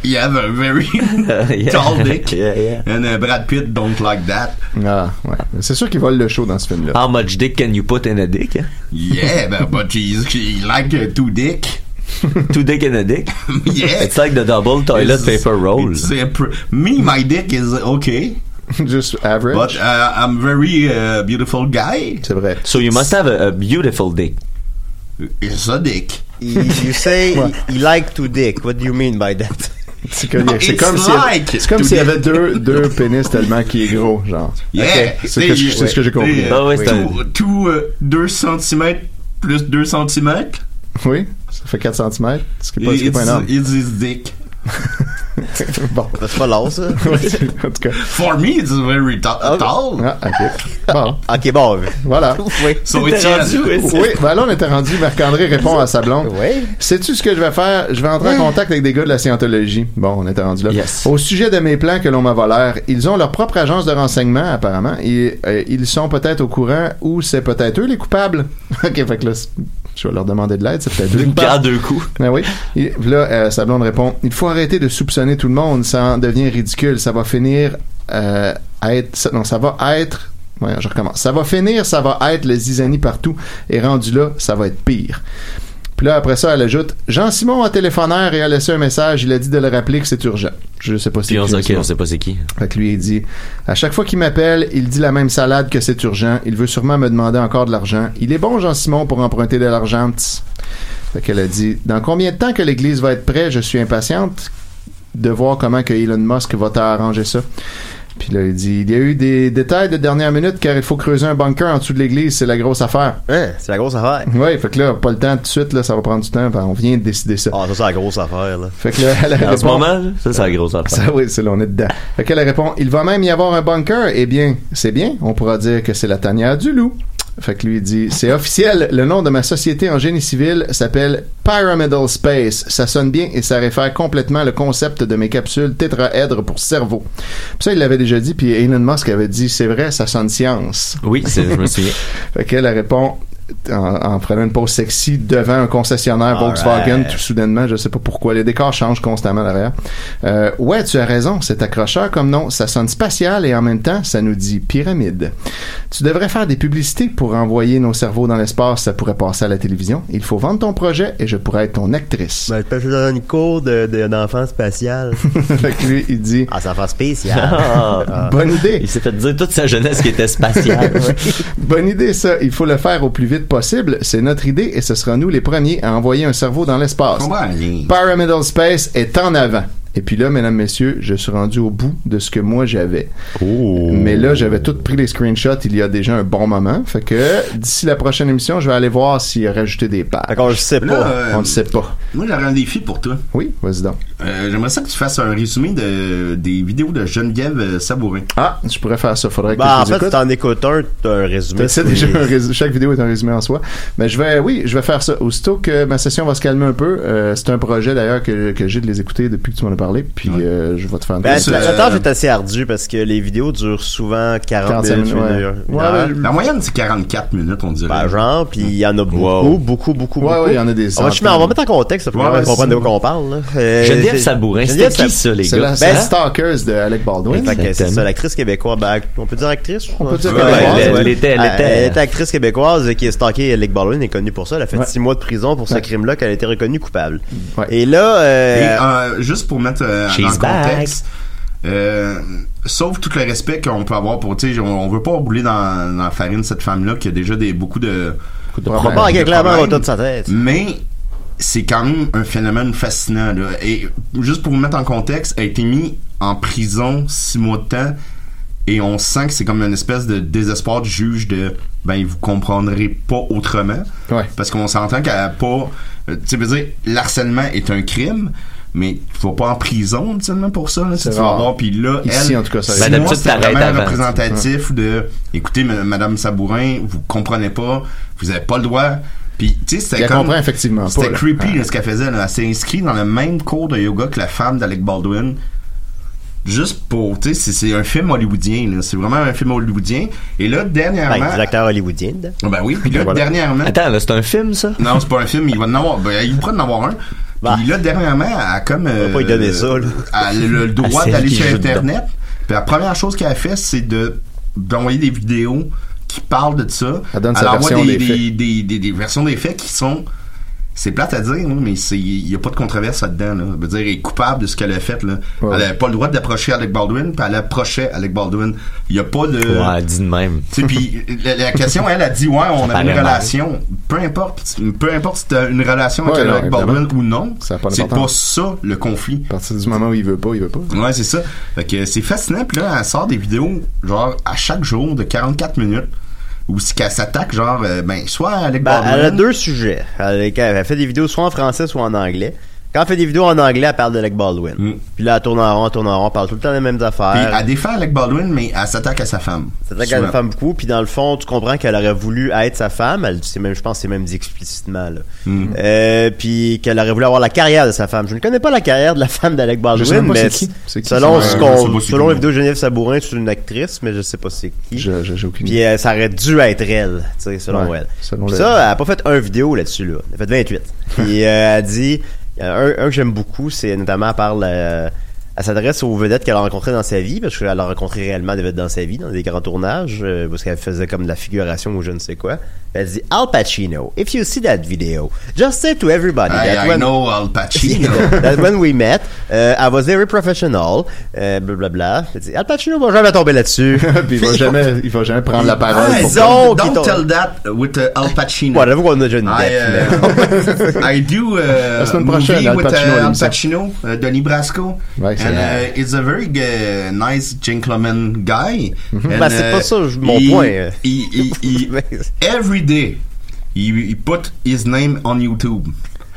He have a very tall dick, Yeah, yeah. and uh, Brad Pitt don't like that. Ah, ouais. C'est sûr qu'il vole le show dans ce film-là. How much dick can you put in a dick? hein? Yeah, but, but he's, he like uh, two dick. Two dick in a dick? yeah, It's like the double toilet It's- uh, paper roll. it's a pr- me, my dick is okay. Just average. But uh, I'm very uh, beautiful guy. C'est vrai. So you must have a, a beautiful dick. It's a dick. You, you say he, he like to dick. What do you mean by that? C'est que- c'est It's comme si like c'est comme to s'il y be- avait deux, deux pénis tellement qui est gros, genre. Yeah. Ok, C'est que je- c'est ce que j'ai compris. Ah ouais, c'est un- 2 cm euh, plus 2 cm. Oui, ça fait 4 cm. Ce qui est pas, ce qui est It's, pas énorme. it's his dick. Bon. C'est pas long, ça. en tout cas. For me, it's very ta- tall. Ah, ok. Bon, ok, bon. voilà. Oui. So it's Oui, ben là, on était rendu. Marc-André répond à sa blonde. Oui. Sais-tu ce que je vais faire? Je vais entrer en contact avec des gars de la scientologie. Bon, on était rendu là. Yes. Au sujet de mes plans que l'on m'a volèrent, ils ont leur propre agence de renseignement, apparemment, et euh, ils sont peut-être au courant ou c'est peut-être eux les coupables. ok, fait que là, c'est- je vais leur demander de l'aide, c'est peut-être eux. Une pierre deux coups. Ben oui. Et là, euh, sa blonde répond Il faut arrêter de soupçonner tout le monde, ça en devient ridicule, ça va finir euh, à être. ça- non, ça va être. Ouais, je recommence. Ça va finir, ça va être le zizanie partout, et rendu là, ça va être pire. Puis là, après ça, elle ajoute Jean-Simon a téléphonaire et a laissé un message, il a dit de le rappeler que c'est urgent. Je sais pas si Puis on c'est sait, urgent. ok, on sait pas c'est qui. Fait que lui, il dit À chaque fois qu'il m'appelle, il dit la même salade que c'est urgent. Il veut sûrement me demander encore de l'argent. Il est bon, Jean-Simon, pour emprunter de l'argent. tss. Fait qu'elle a dit Dans combien de temps que l'église va être prête Je suis impatiente de voir comment que Elon Musk va t'arranger ça. Puis là, il dit Il y a eu des détails de dernière minute car il faut creuser un bunker en dessous de l'église. C'est la grosse affaire. Hein, c'est la grosse affaire. Ouais, fait que là, pas le temps tout de suite, là, ça va prendre du temps. Enfin, on vient de décider ça. Ah, ça, c'est la grosse affaire, là. Fait que là, elle En ce répond- moment, là, ça, c'est la grosse affaire. ça, oui, c'est là, on est dedans. Fait qu'elle répond Il va même y avoir un bunker. Eh bien, c'est bien, on pourra dire que c'est la tanière du loup. Fait que lui, il dit C'est officiel, le nom de ma société en génie civil s'appelle Pyramidal Space. Ça sonne bien et ça réfère complètement le concept de mes capsules tétraèdres pour cerveau. Puis ça, il l'avait déjà dit, puis Elon Musk avait dit C'est vrai, ça sonne science. Oui, c'est- je me souviens. Fait qu'elle elle répond en, en prenant une pause sexy devant un concessionnaire Volkswagen tout soudainement, je sais pas pourquoi. Les décors changent constamment derrière. Euh, ouais, tu as raison, c'est accrocheur comme nom. Ça sonne spatial et en même temps, ça nous dit pyramide. Tu devrais faire des publicités pour envoyer nos cerveaux dans l'espace. Ça pourrait passer à la télévision. Il faut vendre ton projet et je pourrais être ton actrice. Ben, je peux dans une cour de- de- d'enfants spatial. fait que lui, il dit... Ah, ça fait spécial. Ah. Bonne idée. Il s'est fait dire toute sa jeunesse qui était spatiale. Bonne idée, ça. Il faut le faire au plus vite possible. C'est notre idée et ce sera nous les premiers à envoyer un cerveau dans l'espace. Pyramidal Space est en avant. Et puis là, mesdames, messieurs, je suis rendu au bout de ce que moi j'avais. Mais là, j'avais tout pris les screenshots il y a déjà un bon moment. Fait que d'ici la prochaine émission, je vais aller voir s'il a rajouté des pages. D'accord, je sais Là, pas. euh, On ne sait pas. moi, j'aurais un défi pour toi. Oui, vas-y donc. Euh, J'aimerais ça que tu fasses un résumé de, des vidéos de Geneviève euh, Sabourin. Ah, je pourrais faire ça. Faudrait que Bah, en je les fait, écoute. t'en écoutes un, t'as un résumé. C'est déjà un résumé. Chaque vidéo est un résumé en soi. Mais je vais, oui, je vais faire ça. Aussitôt que ma session va se calmer un peu, euh, c'est un projet d'ailleurs que, que j'ai de les écouter depuis que tu m'en as parlé. Puis euh, je vais te faire une Ben, petite- Euh, la tâche est assez ardue parce que les vidéos durent souvent 40 45 minutes, minutes. une ouais. heure. Ouais, Une heure. ouais, La moyenne, c'est 44 minutes, on dirait. Bah, Ben, genre, puis il y en a beaucoup, Wow. beaucoup, beaucoup, Ouais, beaucoup. ouais, il y en a des On va, je- centaines. on va mettre en contexte, ça pour Ouais, qu'on ouais, comprenne c'est- de quoi on parle. là. Euh, Geneviève c'est- Sabourin, c'était Geneviève qui Sab- ça, les C'est gars? la, c'est Ben, la Stalkers de Alec Baldwin. Fait que C'est Exactement. ça, l'actrice québécoise. Ben, act- on peut dire actrice? je On peut pense. dire Ouais, québécoise, elle- ouais. Elle était, elle elle, était. elle est actrice québécoise qui est stalkée. Alec Baldwin est connue pour ça. Elle a fait Ouais. six mois de prison pour ce Ouais. crime-là qu'elle a été reconnue coupable. Ouais. Et là, Et, euh, euh, juste pour mettre euh, dans She's le contexte, euh, sauf tout le respect qu'on peut avoir pour, tu sais, on, on veut pas rouler dans, dans la farine cette femme-là qui a déjà des, beaucoup de... on va pas de avec clairement problèmes. autour de sa tête. Mais c'est quand même un phénomène fascinant. là. Et juste pour vous mettre en contexte, elle a été mise en prison six mois de temps et on sent que c'est comme une espèce de désespoir du juge de ben vous comprendrez pas autrement. Ouais. Parce qu'on s'entend qu'elle a pas. euh, Tu sais, veux dire, l'harcèlement est un crime. Mais tu vas pas en prison seulement pour ça. Là, si C'est tu vas rare. voir. Puis là, Ici, elle, en tout cas, ça six arrive. Ben, mois, d'habitude, c'était t'arrêtes vraiment avant. représentatif de, écoutez, m- Madame Sabourin, vous comprenez pas, vous avez pas le droit. Puis tu sais, Je c'était la comme comprends effectivement pas. c'était là. creepy là, ce qu'elle faisait. Là. Elle s'est inscrite dans le même cours de yoga que la femme d'Alec Baldwin. Juste pour, tu sais, c'est- c'est un film hollywoodien, là. C'est vraiment un film hollywoodien. Et là, Avec dernièrement. des acteurs hollywoodiens. dedans. ben oui, puis là, Ben, Voilà. dernièrement. Attends, là, c'est un film, ça? Non, c'est pas un film, il va en avoir. Ben, il pourrait en avoir un. Bah. Puis là, dernièrement, elle a comme. euh, va pas lui donner ça, là. Elle a le, le Ah, droit c'est elle d'aller qui sur joue dedans. Internet. Puis la première chose qu'elle a fait, c'est de d'envoyer des vidéos qui parlent de ça. Elle donne sa envoie version des, des des, des, des- des versions des faits qui sont c'est plate à dire, là, mais c'est- il n'y a pas de controverse là-dedans. Là. Je veux dire, elle est coupable de ce qu'elle a fait. Là. Ouais. Elle n'avait pas le droit d'approcher Alec Baldwin, puis elle approchait Alec Baldwin. Il n'y a pas de... Euh, Ouais, dis de même. Tu sais, puis la, la question, elle a dit ouais, on a paraît une mal. relation. Peu importe, peu importe si t'as une relation avec Ouais, non, Alec Baldwin évidemment. ou non, Ça a pas c'est pas d'importance. ça le conflit. À partir du moment où il veut pas, il veut pas. Ouais, c'est ça. Fait que c'est fascinant. Puis là, elle sort des vidéos, genre, à chaque jour de 44 minutes, où c'est qu'elle s'attaque, genre, euh, ben, soit à Alec Ben, Baldwin. elle a deux sujets. Elle, est- elle fait des vidéos soit en français, soit en anglais. Quand elle fait des vidéos en anglais, elle parle d'Alec Baldwin. Mm. Puis là, elle tourne en rond, elle tourne en rond, elle parle tout le temps des mêmes Puis affaires. elle défend Alec Baldwin, mais elle s'attaque à sa femme. Ça fait qu'elle Souvent. le femme beaucoup, puis dans le fond, tu comprends qu'elle aurait voulu être sa femme. Elle, c'est même, je pense, que c'est même dit explicitement. Là. Mm. Euh, puis qu'elle aurait voulu avoir la carrière de sa femme. Je ne connais pas la carrière de la femme d'Alec Je sais Baldwin, même pas mais c'est qui. C'est qui, selon c'est- euh, ce je sais qu'on, pas c'est selon qui. les vidéos de Geneviève Sabourin, c'est une actrice, mais je sais pas c'est qui. Je- je- J'ai aucune Puis idée. euh, ça aurait dû être elle, tu sais, selon Ouais, elle. selon Puis le- ça, elle a pas fait un vidéo là-dessus, là. Elle a fait 28. Puis euh, elle dit, il y a un, un que j'aime beaucoup, c'est notamment elle parle, euh, elle s'adresse aux vedettes qu'elle a rencontrées dans sa vie, parce qu'elle a rencontré réellement des vedettes dans sa vie, dans des grands tournages, euh, parce qu'elle faisait comme de la figuration ou je ne sais quoi. Elle dit, Al Pacino, if you see that video, just say to everybody I, that I when- know Al Pacino. that when we met, euh, I was very professional, euh, blablabla. Elle dit, Al Pacino va jamais tomber là-dessus. Puis il va jamais, il va jamais prendre la parole. Ah, pour- disons don't qu'il don't tell tombe. that with uh, Al Pacino. Bon, j'avoue qu'on a déjà une I, dette, mais- uh, Ah, I do uh, La semaine movie prochaine, Al with uh, Pacino à Al l'émission. Pacino, uh, Donnie Brasco, Ouais, c'est and vrai. uh, it's a very uh, nice gentleman guy. And, Ben, c'est uh, pas ça, je- mon he- point, euh. he- he- he- every day, he, he put his name on YouTube,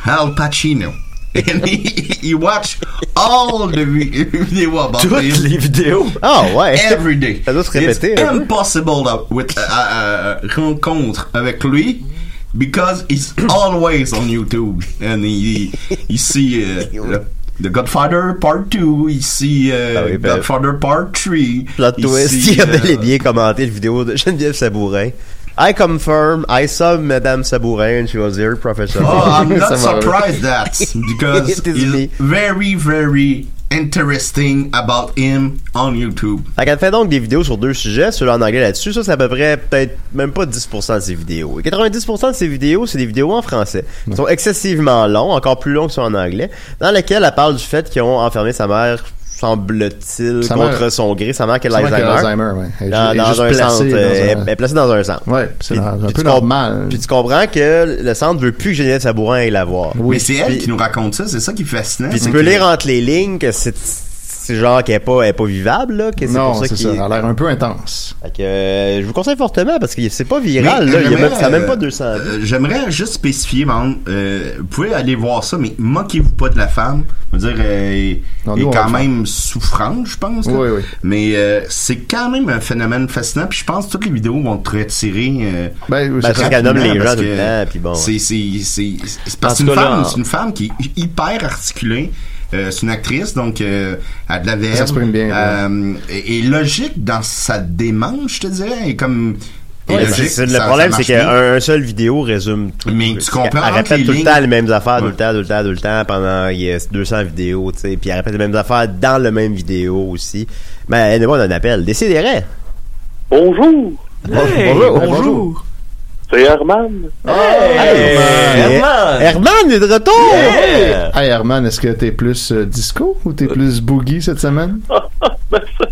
Al Pacino. And he, he watch all the vi- video about Toutes him. les vidéos. Ah ouais. Every day. Ça doit se répéter It's un peu. impossible to- with a, a- a rencontre avec lui because he's always on YouTube and he, he, he see uh, the, the Godfather Part 2, he see uh, Ah oui, ben- Godfather Part 3. Plot he twist, see, il a bel et uh, bien commenté la vidéo de Geneviève Sabourin. I confirm, I saw Madame Sabourin and she was very professional. Oh, I'm not Ça m'a- surprised that because It is me. it's very, very interesting about him on YouTube. Fait qu'elle fait donc des vidéos sur deux sujets, celui-là en anglais là-dessus, ça c'est à peu près peut-être même pas 10% de ses vidéos. Et 90% de ses vidéos, c'est des vidéos en français. Ils sont excessivement longs, encore plus longs que ceux en anglais, dans lesquelles elle parle du fait qu'ils ont enfermé sa mère, semble-t-il, Sa contre mère- son gré, sa mère qui a C'est vrai qu'elle a l'Alzheimer. Alzheimer, ouais. Elle est Dans, ju- elle est dans juste un placée centre, dans euh, elle un- est placée dans un centre. Ouais, c'est Puis- un puis peu tu comp- normal. Puis tu comprends que le centre veut plus que Geneviève Sabourin aille la voir. Mais c'est elle Puis- qui nous raconte ça, c'est ça qui est fascinant. Puis tu c'est peux que- lire entre les lignes que c'est c'est genre qu'elle est pas, elle est pas vivable, là, que c'est Non, pour ça c'est qu'il... ça. Elle a l'air un peu intense. Fait que, euh, je vous conseille fortement parce que c'est pas viral, Mais là. Il y a j'aimerais, même, ça a même pas euh, 200 euh, J'aimerais juste spécifier, par exemple, euh, vous pouvez aller voir ça, mais moquez-vous pas de la femme. Je veux dire, euh, Non, elle est nous, on quand va le même souffrante, je pense. là. Oui, oui. Mais euh, c'est quand même un phénomène fascinant. Puis je pense que toutes les vidéos vont te retirer. euh, Ben, Ben, c'est parce ça. qu'elle nomme rapidement, les gens parce tout que le temps, puis bon. C'est, c'est, c'est, c'est parce En que tout c'est une, cas, là, femme, en- c'est une femme qui est hyper articulée. Euh, c'est une actrice, donc euh, elle a de la verve. s'exprime bien, ouais. Euh, et, et logique dans sa démange, je te dirais. Elle est comme. et Ouais, logique, c'est- c'est- le ça- ça problème, c'est marche bien. qu'un un seul vidéo résume tout. Mais tu Parce comprends qu'elle- Elle entre répète les tout le lignes. temps les mêmes affaires, tout le Ouais. temps, tout le temps, tout le temps, pendant il y a 200 vidéos, tu sais. Puis elle répète les mêmes affaires dans le même vidéo aussi. Mais elle on a un appel. Décidérez. Bonjour, Hey, bonjour. c'est Herman. Hey, Herman. Herman est de retour! Yeah. Hey Herman, est-ce que t'es plus euh, disco ou t'es plus boogie cette semaine? Ben, ça,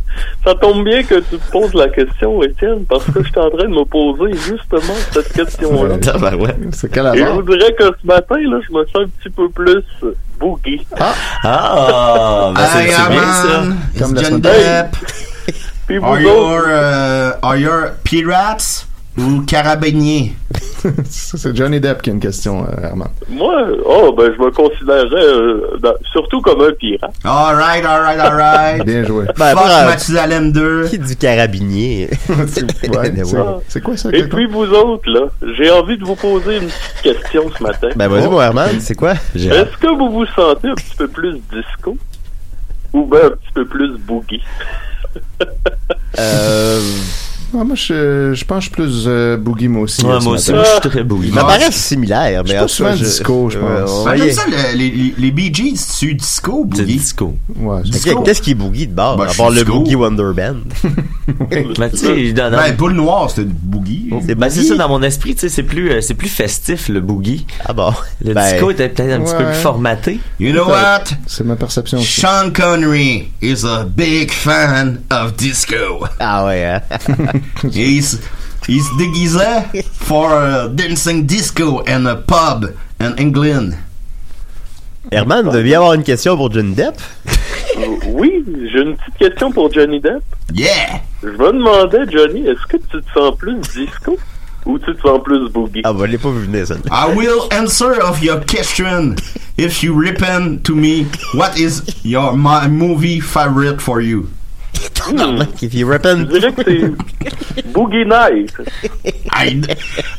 ça tombe bien que tu me poses la question, Étienne, parce que je suis en train de me poser justement cette question-là. Tabarouette. C'est quel Et je vous hasard? dirais que ce matin, là, je me sens un petit peu plus boogie. Ah, ben c'est Hi, c'est bien ça. Herman. It's Comme la John semaine Depp. Puis vous Are autres, your, euh, are your pirates ou carabiniers? Ça, C'est Johnny Depp qui a une question, euh, Herman. moi, oh, ben, je me considérerais euh, dans- surtout comme un pirate. Alright, alright, alright. Bien joué. Ben, Fuck pas- Mathusalem 2. Qui du carabinier? C'est- ouais, Ben, c'est- ouais. c'est quoi ça? Et quelqu'un? puis vous autres, là, j'ai envie de vous poser une petite question ce matin. Ben, vas-y, mon Herman, c'est quoi? Est-ce que vous vous sentez un petit peu plus disco ou ben un petit peu plus boogie? Euh, Ah, moi, je, je pense que je suis plus euh, Boogie, moi aussi. Ouais, ce moi aussi, matin. je suis très bouilli. Il m'apparaît similaire, mais pas en tout souvent cas, disco, je euh, pense. on Ah, y j'aime est. ça, le- les, les, les Bee Gees, c'est disco, C'est Boogie. disco. Ouais, Mais je- qu'est- Qu'est-ce qui est boogie de bord, Bah, je à suis part le disco. boogie Wonder Band? Mais tu sais, dans- dans- Ben, Boule Noire, c'était du Boogie. C'est ben, c'est boogie. ça, dans mon esprit, tu sais, c'est plus, euh, c'est plus festif, le boogie. Ah bon. Le Ben, disco était peut-être un petit peu ouais. plus formaté. You know what? c'est ma perception aussi. Sean Connery is a big fan of disco. Ah ouais, hein. He's, he's déguisé for a dancing disco and a pub in England. Herman, vous deviez avoir une question pour John Depp. Oui, j'ai une petite question pour Johnny Depp. Yeah! Je me demandais, Johnny, est-ce que tu te sens plus disco ou tu te sens plus boogie? Ah bah, je l'ai pas vu venir, ça. I will answer of your question if you repent to me what is your my movie favorite for you. Ah, If you Hmm. Je repent, dirais que c'est boogie night. I,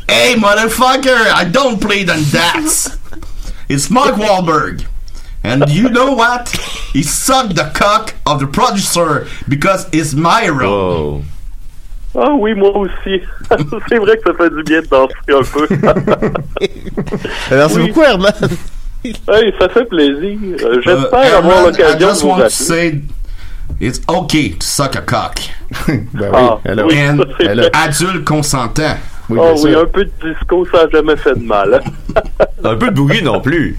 hey motherfucker, I don't play than that. It's Mark Wahlberg. And you know what? He sucked the cock of the producer because it's my role. Oh. Ah oui, moi aussi. c'est vrai que ça fait du bien de danser un peu. Euh, merci Oui. beaucoup, Herman. hey, ça fait plaisir. Euh, J'espère Uh, avoir Herman, I l'occasion de just vous want to appeler. say it's okay to suck a cock. Ben oui, Ah, alors, oui, And ça, c'est elle a- vrai. adulte consentant. oui, Ah bien oui, sûr. un peu de disco, ça n'a jamais fait de mal. hein. Un peu de boogie non plus.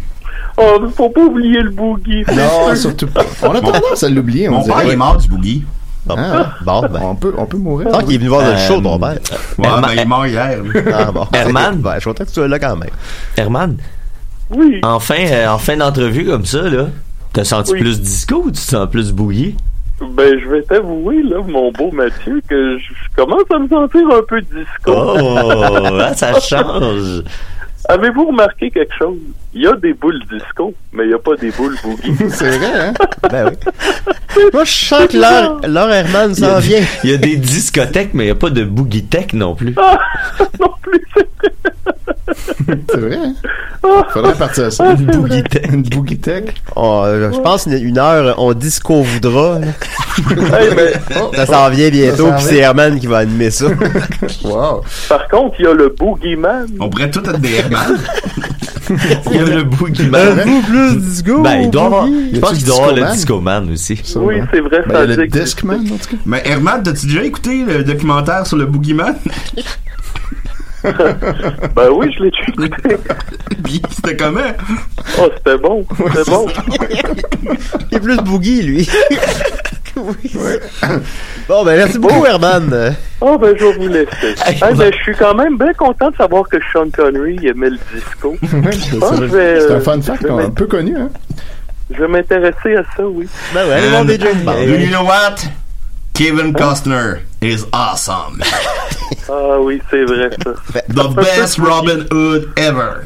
oh, mais faut pas oublier le boogie. Non, surtout pas. On a tendance à l'oublier, on Mon père est dirait. mort du boogie. Bon, Ah. bon, ben. On peut, on peut mourir. Tant qu'il est venu voir le Euh, show de mon père. Ouais, Herman- ben, il est mort hier. lui. Ah, bon. Herman? Ben, je suis content que tu sois là quand même. Herman, Oui. en fin, euh, en fin d'entrevue comme ça, là, t'as senti Oui. plus disco ou tu te sens plus bouilli? Ben, je vais t'avouer, là, mon beau Mathieu, que je je commence à me sentir un peu disco. Oh, ah, ça change. Avez-vous remarqué quelque chose? Il y a des boules disco, mais il n'y a pas des boules boogie. C'est vrai, hein? Ben oui. Moi, je sens que l'heure l'heure Herman s'en vient. Il y a des discothèques, mais il n'y a pas de boogie tech non plus. Ah, non plus, c'est C'est vrai, hein? Faudrait partir à ça. Une boogie tech. Une boogie tech. On- euh, je pense une, une heure, on dit ce qu'on voudra. là. vrai, mais Ça s'en vient bientôt, Ça s'en puis vient. c'est Herman qui va animer ça. Wow. par contre, il y a le boogeyman. On pourrait tout être des Herman. Il y a le boogie man. plus disco. Ben, il doit avoir, Y je a-tu pense le qu'il doit avoir le disco discoman aussi. Oui, Sûrement. c'est vrai, Ben, ça il y a le dit que- Discman, en tout cas. Mais Herman, t'as-tu déjà écouté le documentaire sur le boogeyman? Ben oui, je l'ai écouté. Puis c'était comment? Oh, c'était bon, c'était bon. Il est plus boogie, lui. Oui. Bon, ben merci beaucoup, Herman. Euh, Oh, ben, je vais vous laisser. Hey, ben, je suis quand même bien content de savoir que Sean Connery aimait le disco. C'est pense que je vais, c'est un euh, fun fact je vais qu'on a un mettre- peu connu, hein? Euh, Je vais m'intéresser à ça, oui. Ben ouais, allez voir And des jeunes. Bah, bah, do you know what? Kevin Costner is awesome. Ah oui, c'est vrai, ça. The best Robin Hood ever.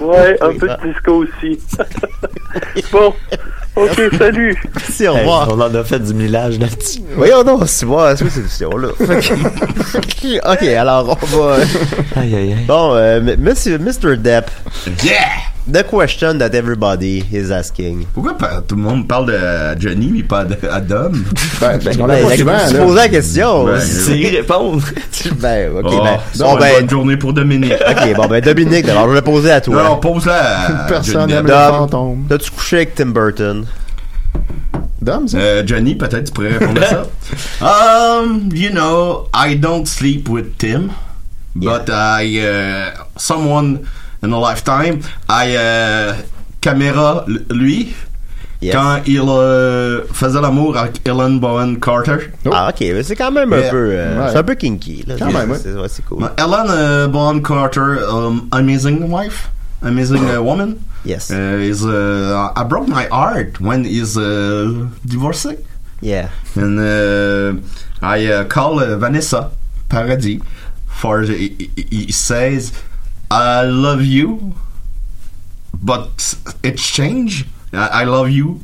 Ouais, un peu de disco aussi. bon, ok, salut. Merci, au Hey, revoir. on en a fait du millage là-dessus. Voyons donc, c'est moi, c'est quoi cette émission-là? Fait que- ok, alors on va... Aïe, aïe, aïe. Bon, euh, m- monsieur- Mr. Depp, Yeah! the question that everybody is asking. Pourquoi pas- tout le monde parle de Johnny mais pas de, à Dom? Ben, parce qu'on l'a Ben, pas la- souvent, tu là. poses la question. Ben, C'est y répondre. Ben, Oh, ok, Oh, ben... c'est Bon, une ben... bonne journée pour Dominique. Ok, bon, ben Dominique, alors je vais poser à toi. Euh, Alors, pose-la à Personne Johnny. n'aime Depp. les Dom. fantômes. T'as-tu couché avec Tim Burton? Dom, ça? Euh, Johnny, peut-être tu pourrais répondre à ça. Um, you know, I don't sleep with Tim, but I, uh, someone in a lifetime, I uh, caméra l- lui Yes. quand il euh, faisait l'amour avec Ellen Bowen Carter. Ah, ok, mais c'est quand même un Yeah. peu... euh, Ouais. C'est un peu kinky, là. Quand C'est- même, ouais. c'est ouais, c'est cool. But Ellen euh, Bowen Carter, um, amazing wife, amazing uh, woman. Yes, Euh, Uh, is uh, I broke my heart when is uh, divorcing. yeah. And uh, I uh, call uh, Vanessa Paradis for uh, he, he- he says, "I love you, but it's change. I, I love you.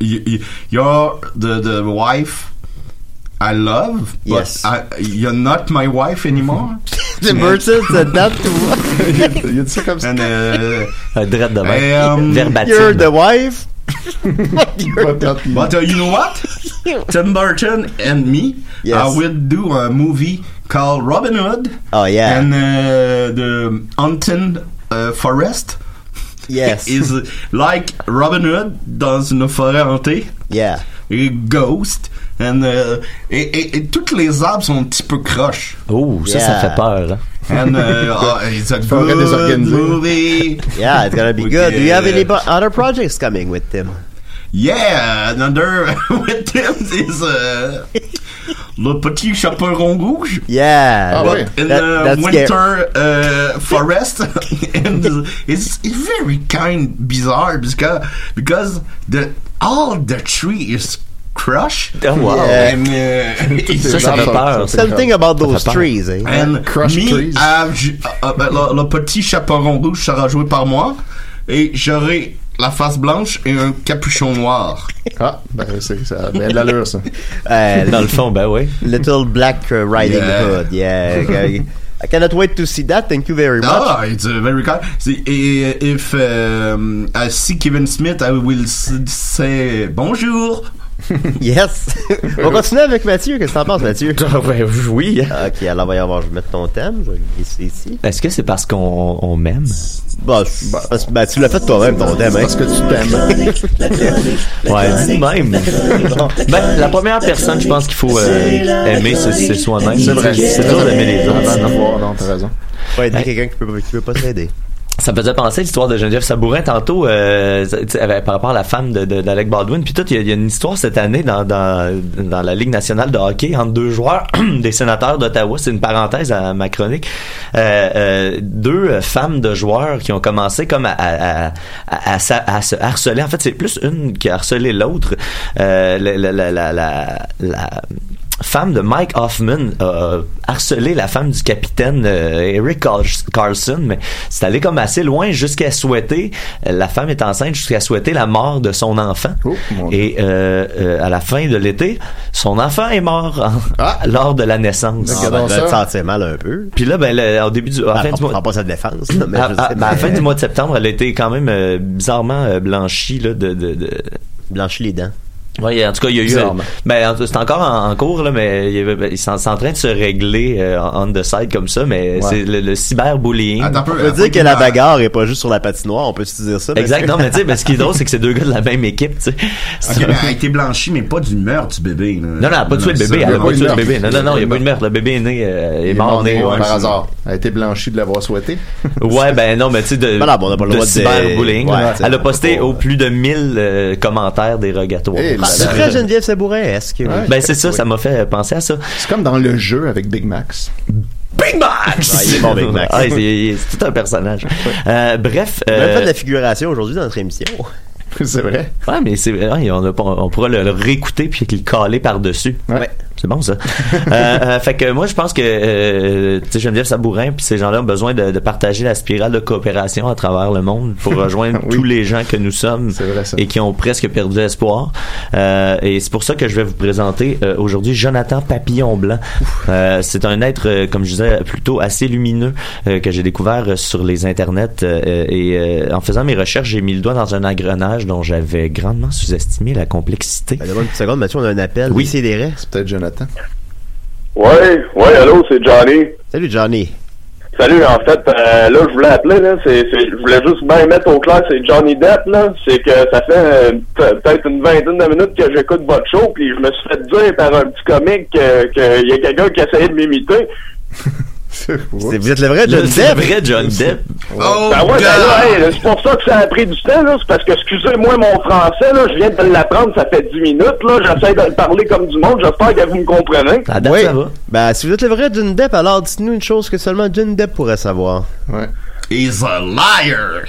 You- you- You're the the wife." I love, but Yes. I, you're not my wife anymore. Tim Burton said that to Il y a- il y a dit ça comme ça. and uh, Un drette de Hey, um, même. Verbatim. You're the wife, But uh, you know what? Tim Burton and me, Yes. I will do a movie called Robin Hood Oh, yeah. and uh, the Haunted uh, Forest. yes. is like Robin Hood dans une forêt hantée. yeah. Et Ghost. And, euh, et, et, et toutes les arbres sont un petit peu croches. Oh, ça, ça Yeah. fait peur. hein. And uh, oh, it's a Forêt good désorganisée. movie. Yeah, it's gonna be With good. Do you have the- any bu- other projects coming with them? Yeah, another with them is uh, le petit chaperon rouge. Yeah. Ah, But ouais. Oh, in That- the that's scary. winter uh, forest, and it's, it's very kind bizarre because because the all the tree is crushed. Oh, wow. Yeah. And, uh, it's- Ça, ça fait peur. Something about those peur. trees, eh? and Crushed me, trees. ah, je- ah, ben, le, le petit chaperon rouge sera joué par moi et j'aurai la face blanche et un capuchon noir. Ah, ben, c'est, ça a bien de l'allure, ça. Uh, Dans le fond, ben oui. Little Black uh, Riding Yeah. Hood. Yeah. I, I cannot wait to see that. Thank you very much. Ah, it's uh, very kind. See, eh, if um, I see Kevin Smith, I will s- say bonjour. Yes. On continue avec Mathieu. Qu'est-ce que t'en penses, Mathieu? Ah, ben oui. Ok, alors voyons voir, je vais mettre ton thème, je vais le glisser ici. Est-ce que c'est parce qu'on on m'aime? Bah, je- parce- bah, tu l'as fait toi-même, ton thème, hein? Parce que tu t'aimes. Ouais, dis même. ben, la première personne, je pense qu'il faut euh, aimer, c'est c'est soi-même. C'est vrai. dur d'aimer les Avant autres. de non? voir, non, t'as raison. Pas Ben, aider quelqu'un qui peut, qui peut pas t'aider. Ça me faisait penser à l'histoire de Geneviève Sabourin tantôt euh, tu sais, avec- par rapport à la femme de- de- d'Alec Baldwin. Puis tout, il y, a- il y a une histoire cette année dans, dans, dans la Ligue nationale de hockey entre deux joueurs des sénateurs d'Ottawa. C'est une parenthèse à ma chronique. Euh, euh, deux euh, femmes de joueurs qui ont commencé comme à, à, à- à- à sa- à se harceler. En fait, c'est plus une qui a harcelé l'autre. Euh, la- la- la- la- la- la femme de Mike Hoffman a harcelé la femme du capitaine euh, Eric Carl- Carlson, mais c'est allé comme assez loin jusqu'à souhaiter, euh, la femme est enceinte jusqu'à souhaiter la mort de son enfant. Oh, mon Dieu. Et euh, euh, à la fin de l'été, son enfant est mort en- Ah. lors de la naissance. Regarde Je vais ça. te sentir mal un peu. ben, Puis là, ben, le- au début du, à la Bah, fin on du mois- prend pas sa défense, là, mais à, je à- sais ben, à la fin mais- du mois de septembre, elle a été quand même euh, bizarrement euh, blanchie là, de- de- de, Blanchis les dents. oui, en tout cas, il y a eu. Bizarrement. Ben, en- c'est encore en, en cours, là, mais il y avait- ben, ils sont sont en train de se régler euh, on the side comme ça, mais c'est le, le cyberbullying. Attends un peu, On peut attends dire que la un peu. bagarre est pas juste sur la patinoire, on peut se dire ça. mais- Exact. Non, mais tu sais, ben, ce qui est drôle, c'est que c'est deux gars de la même équipe, tu sais. Ok, C'est- mais elle a été blanchie, mais pas du meurtre du bébé. là. Non, non, elle a pas tué le ça, bébé. Elle a non, Oh pas tué le meurtre. bébé. Non, non, non, il n'y a pas eu de meurtre. Le bébé est né, euh, est mort né. ouais. par hasard. Elle a été blanchie de l'avoir souhaité. Ouais, ben non, mais tu sais, de, Ben là, ben, on a pas le de droit de- cyberbullying. Ouais, Elle a c'est- posté faut pas, au euh, plus de 1000 euh, commentaires dérogatoires. Eh, là, Ah, là. D'après Geneviève Sabourin, est-ce que. Ouais. Ben c'est ça, ça m'a fait penser à ça. C'est comme dans le jeu avec Big Max. Big Max! Ouais, il est bon, Big Max. Ah, c'est- c'est tout un personnage. Euh, bref. On a euh, fait de la figuration aujourd'hui dans notre émission. C'est vrai. Ouais, mais c'est ouais, on, a pas- on pourra le, le réécouter puis le caler par-dessus. Ouais. C'est bon ça. euh, euh, fait que moi je pense que euh, tu sais Geneviève Sabourin puis ces gens-là ont besoin de, de partager la spirale de coopération à travers le monde pour rejoindre Oui. tous les gens que nous sommes C'est vrai, ça. et qui ont presque perdu espoir. Euh, et c'est pour ça que je vais vous présenter euh, aujourd'hui Jonathan Papillon Blanc. Euh, c'est un être euh, comme je disais plutôt assez lumineux euh, que j'ai découvert euh, sur les internets euh, et euh, en faisant mes recherches, j'ai mis le doigt dans un engrenage dont j'avais grandement sous-estimé la complexité. Ben, Donne-moi une petite seconde, Mathieu, on a un appel. Oui. c'est des raies. C'est peut-être Jonathan. Ouais, ouais, allô, c'est Johnny. Salut, Johnny. Salut, en fait, euh, là, je voulais appeler, là, c'est, c'est- je voulais juste bien mettre au clair, c'est Johnny Depp, là, c'est que ça fait euh, pe- peut-être une vingtaine de minutes que j'écoute votre show, puis je me suis fait dire par un petit comique que- qu'il y a quelqu'un qui essayait de m'imiter. C'est- Vous êtes le vrai Le Johnny c'est Depp. vrai John Depp. Oh, Ben ouais, ben là, God! hey, là, c'est pour ça que ça a pris du temps, là, c'est parce que, excusez-moi mon français, là, je viens de l'apprendre, ça fait 10 minutes, là, j'essaie de le parler comme du monde, j'espère que vous me comprenez. À date, Oui. ça va. Ben, si vous êtes le vrai Johnny Depp, alors dites-nous une chose que seulement Johnny Depp pourrait savoir. Ouais. He's a liar!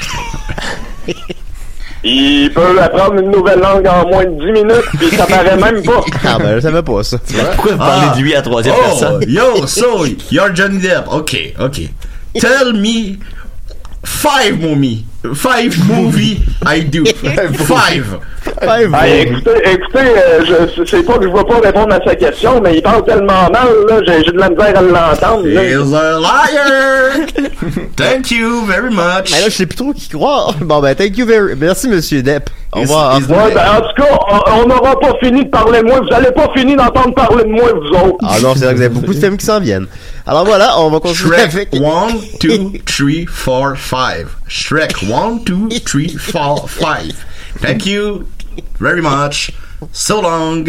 Il peut apprendre une nouvelle langue en moins de 10 minutes, puis ça paraît même pas. Ah, ben, je savais pas ça. Pourquoi vous parlez Ah. de lui à troisième Oh, personne? yo, so you're Johnny Depp. Okay, okay. Tell me Five mommy. Five movie I do. Five. Ah, écoutez, écoutez euh, je, c'est pas que je vais pas répondre à sa question, mais il parle tellement mal, là, j'ai, j'ai de la misère à l'entendre. là. He's a liar. Thank you very much. Mais là, je sais plus trop qui croire. Bon, ben, thank you very Merci, monsieur Depp. Au He's- revoir. he's Ouais, the- ben, en tout cas, on- on n'aura pas fini de parler de moi. Vous allez pas finir d'entendre parler de moi, vous autres. Ah non, c'est vrai que vous avez beaucoup de films qui s'en viennent. Alors voilà, on va continuer Shrek avec. 1, 2, 3, 4, 5. Shrek 1, 2, 3, 4, 5. Thank you very much. So long.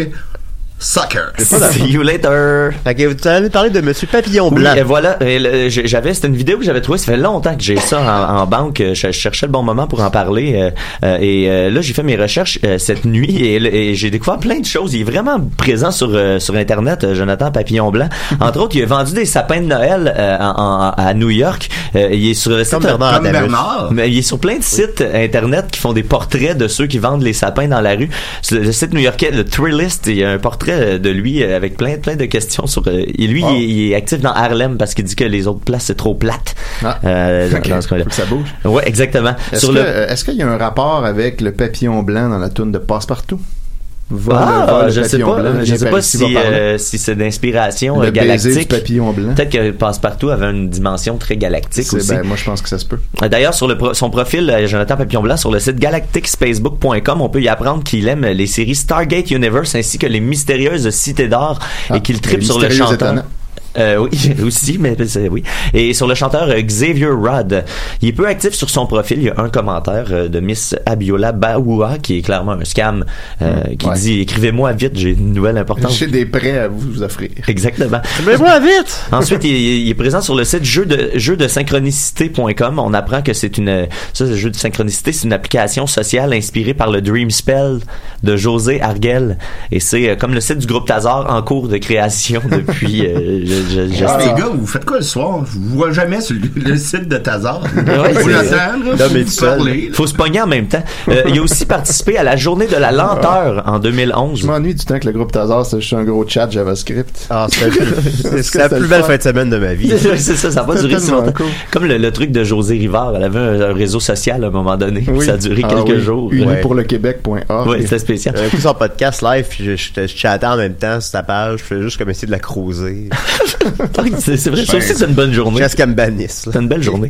Sucker. See you later. Fait que vous allez parler de Monsieur Papillon Oui, Blanc. et voilà, et le- je- j'avais c'était une vidéo que j'avais trouvée, ça fait longtemps que j'ai ça en, en banque, euh, je, je cherchais le bon moment pour en parler euh, euh, et euh, là j'ai fait mes recherches euh, cette nuit et, le- et j'ai découvert plein de choses, il est vraiment présent sur euh, sur internet euh, Jonathan Papillon Blanc. Entre autres, il a vendu des sapins de Noël euh, en- en- à New York, Euh, il est sur le site Comme Bernard Comme Adamus. Bernard. mais il est sur plein de sites euh, internet qui font des portraits de ceux qui vendent les sapins dans la rue. Sur Le site new-yorkais, le Thrillist, il y a un portrait de lui euh, avec plein plein de questions sur. euh, Et lui, il, est, il est actif dans Harlem parce qu'il dit que les autres places c'est trop plate. Ah. euh, dans- Ok. dans ce coin-là. Faut que ça bouge. Ouais, exactement. Est-ce Sur que- le euh, est-ce qu'il y a un rapport avec le papillon blanc dans la toune de Passepartout? Vol, ah, vol, je sais papillon pas, blanc, je viens sais par pas ici, si, va par là. euh, si c'est d'inspiration le baiser euh, du galactique. papillon blanc. Peut-être que Passepartout avait une dimension très galactique C'est- aussi. ben, moi, je pense que ça se peut. Euh, D'ailleurs, sur le pro- son profil, euh, Jonathan Papillon Blanc, sur le site galacticsfacebook.com, on peut y apprendre qu'il aime les séries Stargate Universe ainsi que les mystérieuses cités d'or Ah, et qu'il tripe les sur le mystérieux chanteur. étonnants. Euh, oui, aussi, mais c'est- oui. Et sur le chanteur euh, Xavier Rudd. Il est peu actif sur son profil. Il y a un commentaire euh, de Miss Abiola Baoua, qui est clairement un scam, euh, qui Hmm. ouais. dit Écrivez-moi vite, j'ai une nouvelle importante. J'ai des prêts à vous offrir. Exactement. Mais moi, vite! Ensuite, il, il est présent sur le site jeu de, jeu de synchronicité.com. On apprend que c'est une, ça, le jeu de synchronicité, c'est une application sociale inspirée par le Dream Spell de José Arguel. Et c'est euh, comme le site du groupe Tazar en cours de création depuis, euh, je- je- je- Ah, les gars, vous faites quoi le soir? Je vous vois jamais sur le, le site de Tazar. Ouais, vous c'est- l'entendez, Non, là, mais vous tout seul. parlez, là. Faut se pogner en même temps. Euh, il a aussi participé à la journée de la lenteur en Ah. Je 2011. m'ennuie du temps que le groupe Tazar, c'est juste un gros chat JavaScript. Ah, c'est la plus- c'est la C'était plus le belle fun. fin de semaine de ma vie. c'est ça, ça va C'est durer si tellement longtemps. cool. Comme le, le truc de José Rivard, elle avait un, un réseau social à un moment donné, puis Oui. ça a duré Ah quelques oui. jours. Unis Ouais, pour Euh, le Québec.org. Ouais, c'était spécial. Un coup sur Euh, podcast live, puis je, je, je chattais en même temps sur ta page, je fais juste comme essayer de la croiser. c'est c'est vrai, ça aussi c'est une bonne journée. Jusqu'à ce qu'elle me bannisse. là. C'est une belle journée.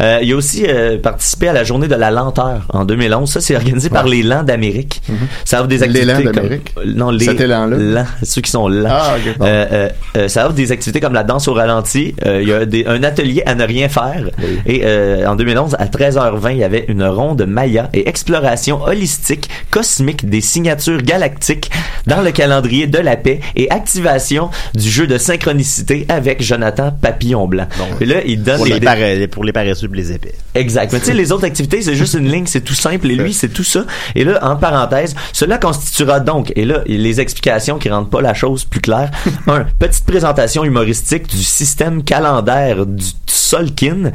Euh, il a aussi euh, participé à la journée de la lenteur en 2011. Ça, c'est organisé par les lents d'Amérique. Ça offre des Les activités Lents comme- d'Amérique? Non, les Mhm. Cet élan-là? lents, ceux qui sont lents. Ah, ok, pardon. Euh, euh, euh, ça offre des activités comme la danse au ralenti. Euh, il y a des- un atelier à ne rien faire. Et euh, en 2011, à 13h20, il y avait une ronde Maya et exploration holistique cosmique des signatures galactiques dans le calendrier de la paix et activation du jeu de synchronicité avec Jonathan Papillon Blanc. Et là, il donne Pour des les, dé- para- pour les paresseux et les épais. Exact. Mais tu sais, les autres activités, c'est juste une ligne, c'est tout simple. Et lui, c'est tout ça. Et là, en parenthèse, cela constituera donc, et là, les explications qui rendent pas la chose plus claire. Un, petite présentation humoristique du système calendaire du Solkin.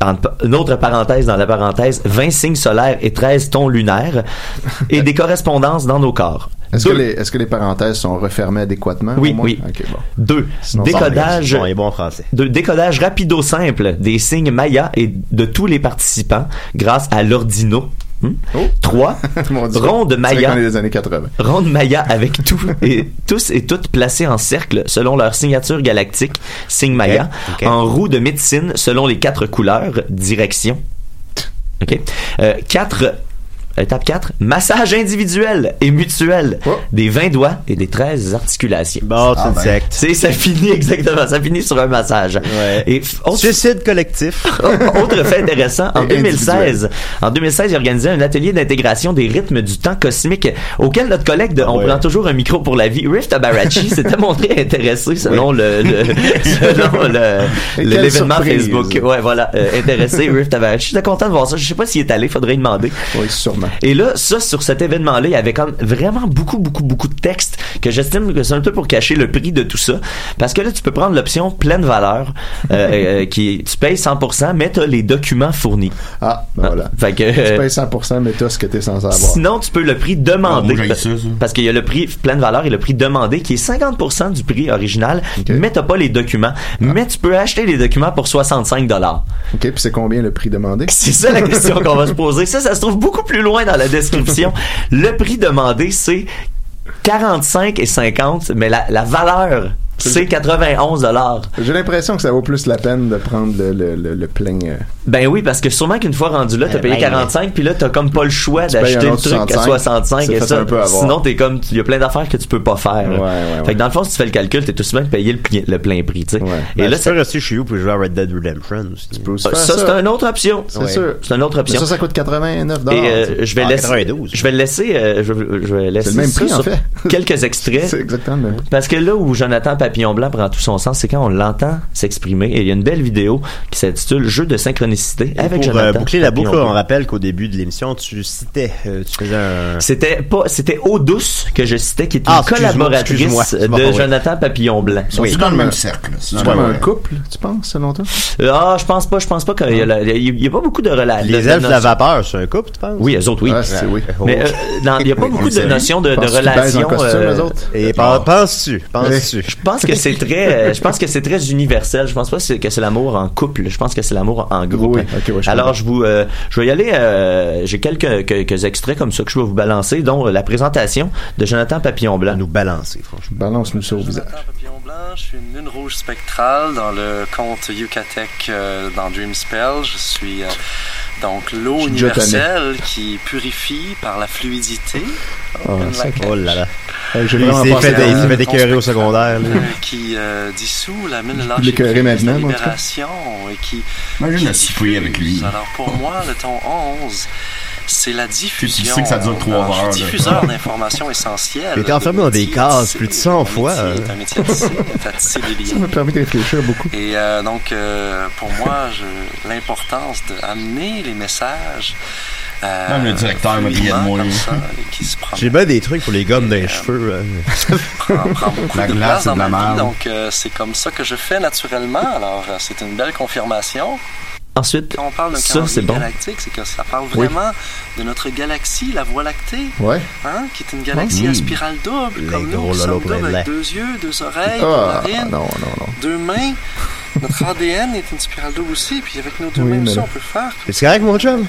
En pa- une autre parenthèse dans la parenthèse, 20 signes solaires et 13 tons lunaires. Et des correspondances dans nos corps. Est-ce que, Deux. les, est-ce que les parenthèses sont refermées adéquatement? Oui, au moins? oui. Ok, bon. Deux, Sinon, décodage. Bon, et bon français. de décodage rapido simple des signes Maya et de tous les participants grâce à l'ordino. Hmm? 3. Oh. Mon Dieu. Ronde C'est vrai Maya. qu'on est des années 80. Ronde Maya avec tout et, tous et toutes placés en cercle selon leur signature galactique, signe Maya, ok. en roue de médecine selon les quatre couleurs, direction. OK. Euh, quatre- étape 4, massage individuel et mutuel Oh. des 20 doigts et des 13 articulations. Bon, c'est Ah, une ben. secte. C'est, ça finit exactement, ça finit sur un massage. Ouais. Et f- autre- Suicide collectif. autre fait intéressant, en Et individuel. 2016, en 2016, j'ai organisé un atelier d'intégration des rythmes du temps cosmique auquel notre collègue de On ouais. prend toujours un micro pour la vie, Rift Abarachi, s'était montré intéressé selon le, le- selon le- Et le- quelle l'événement surprise. Facebook. Ouais, voilà, euh, intéressé, Rift Abarachi. J'étais content de voir ça. Je sais pas s'il est allé, faudrait lui demander. Oui, sûrement. Et là, ça, sur cet événement-là, il y avait comme vraiment beaucoup, beaucoup, beaucoup de textes que j'estime que c'est un peu pour cacher le prix de tout ça. Parce que là, tu peux prendre l'option pleine valeur, euh, euh, qui tu payes 100%, mais t'as les documents fournis. Ah, ben voilà. Fait que, Tu euh, payes 100%, mais t'as ce que t'es censé avoir. Sinon, tu peux le prix demandé. Ah, moi, j'ai ça, ça. parce qu'il y a le prix pleine valeur et le prix demandé qui est 50% du prix original, mais t'as pas les documents. Ah. Mais tu peux acheter les documents pour 65 dollars. OK, puis c'est combien le prix demandé? C'est ça la question qu'on va se poser. Ça, ça se trouve beaucoup plus loin dans la description. Le prix demandé, c'est 45 et 50, mais la, la valeur, c'est 91 dollars. J'ai l'impression que ça vaut plus la peine de prendre le, le, le, le plein, euh, Ben oui, parce que sûrement qu'une fois rendu là, t'as Eh payé ben, 45, puis là, t'as comme pas le choix payes d'acheter un le autre truc 65, à 65 et c'est fait ça. un peu avoir. Sinon, t'es comme, il y a plein d'affaires que tu peux pas faire. Ouais, ouais, Fait ouais. que dans le fond, si tu fais le calcul, t'es tout souvent payé le, pli- le plein prix, tu sais. Ouais. Ben, Et là, c'est ça, resté chez vous pour jouer à Red Dead Redemption aussi. Ah, peut aussi ça, faire c'est une autre option. C'est sûr. C'est une autre Mais option. ça, ça coûte 89 Et euh, je vais Ah, laisser, 92. je vais le laisser, euh, je, vais- je vais laisser même ça prix, en sur fait. quelques c'est extraits. exactement le même. Parce que là où Jonathan Papillon Blanc prend tout son sens, c'est quand on l'entend s'exprimer. Et il y a une belle vidéo qui s'intitule Jeu de synchronicité avec pour euh, Jonathan. boucler la Papillon boucle, on Blanc. rappelle qu'au début de l'émission, tu citais, euh, tu faisais un... C'était pas, c'était Eau Douce que je citais, qui est une Ah, excuse-moi, excuse-moi. collaboratrice C'est bon, de oui. Jonathan Papillon Blanc. C'est dans le même cercle. là. C'est dans Comme le un même- couple, tu penses, selon toi? Euh, Ah, je pense pas, je pense pas qu'il y a, la- il y a pas beaucoup de relations. Les elfes de la vapeur, c'est un couple, tu penses? oh. Oui, eux autres, oui. Ah, c'est oui. Mais euh, dans- il y a pas Oui, on beaucoup le de salue. notions de, de Penses-tu qu'ils baisent en relations. costume, euh, eux autres? Et pen- penses-tu? Penses-tu? Je pense que c'est très, euh, je pense que c'est très universel. Je pense pas c'est- que c'est l'amour en couple. Je pense que c'est l'amour en groupe. Oui, ok, ouais, je Alors comprends. je vous, euh, je vais y aller. euh, J'ai quelques, quelques extraits comme ça que je vais vous balancer, dont euh, la présentation de Jonathan Papillon Blanc. Nous balancer, franchement. Balance-nous ça au visage. Papillon blanc, je suis une lune rouge spectrale dans le conte Yucatec euh, dans Dream Spell. Je suis euh, donc l'eau suis déjà universelle qui purifie par la fluidité. Ah, Open like a- Oh là là. Euh, J'ai Il vraiment s'est pensé fait, à- il s'est fait écœurer au secondaire. là. Euh, qui euh, dissout la mine lâche l'écœurais prise de maintenant, moi, en tout cas. libération et qui Imagine le souper avec lui. Alors pour moi, le ton 11, c'est la diffusion. sais que ça dure trois Alors, je suis heures, là. diffuseur d'informations essentielles. Il était enfermé dans des Le métier cases de plus de tisser, 100 mon fois, métier euh. est Un métier de tisser, de tisser des liens. Ça m'a permis de réfléchir beaucoup. Et euh, donc, euh, pour moi, je- l'importance d'amener les messages. euh, Même le directeur m'a dit, fluidement, Yann, moi, comme lui. ça, et qui se prend- J'ai bien des trucs pour les euh. gommes d'un cheveu. prend- prend euh, beaucoup La de glace, place c'est de dans la ma vie, merde. donc euh, c'est comme ça que je fais naturellement. Alors, euh, c'est une belle confirmation. Ensuite, Quand on parle d'un Ça, calendrier c'est bon. galactique, c'est que ça parle vraiment de notre galaxie, la Voie lactée, Ouais. hein, qui est une galaxie à spirale double, Les comme nous, gros nous lolos sommes plein de doubles avec lait. deux yeux, deux oreilles, Ah, une narine, non, non, non. deux mains. Notre ADN est une spirale double aussi, puis avec nos deux Oui, mains mais aussi, là- on peut faire C'est correct, mon chum?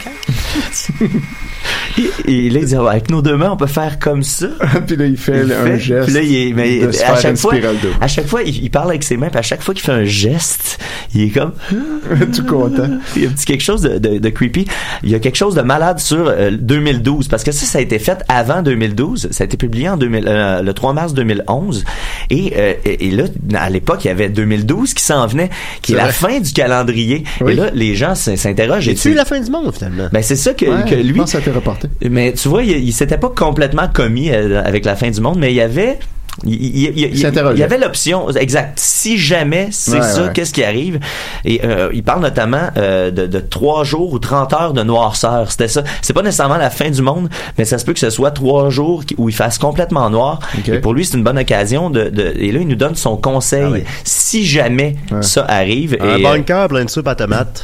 il, il, là, il dit, Ah ouais, avec nos deux mains, on peut faire comme ça. puis là, il fait Il un fait, geste. puis là, il est- mais de se à faire chaque une fois, spirale d'eau. à chaque fois, il, il parle avec ses mains, puis à chaque fois qu'il fait un geste, il est comme, Tout content. il y a un petit quelque chose de, de- de creepy. Il y a quelque chose de malade sur euh, 2012 parce que ça, ça a été fait avant 2012. Ça a été publié en 2000, euh, le 3 mars 2011. Et, euh, et, et là, à l'époque, il y avait 2012 qui s'en venait, qui est, C'est la vrai. fin du calendrier. Oui. Et là, les gens s- s'interrogent. et J'ai-tu tu- la fin du monde, finalement? Ben c'est ça que, Ouais, que Je lui. pense que ça a été reporté. Mais tu vois, il, il s'était pas complètement commis euh, avec la fin du monde, mais il y avait. Il, il- il- il- s'interrogeait. il y avait l'option, exact. Si jamais c'est Ouais, ça, ouais. qu'est-ce qui arrive? Et euh, il parle notamment euh, de, de 3 jours ou 30 heures de noirceur. C'était ça. C'est pas nécessairement la fin du monde, mais ça se peut que ce soit trois jours qui- où il fasse complètement noir. Ok. Et pour lui, c'est une bonne occasion de, de- Et là, il nous donne son conseil. Ah oui. Si jamais Ouais. ça arrive. Un et, bunker plein de soupe à tomates.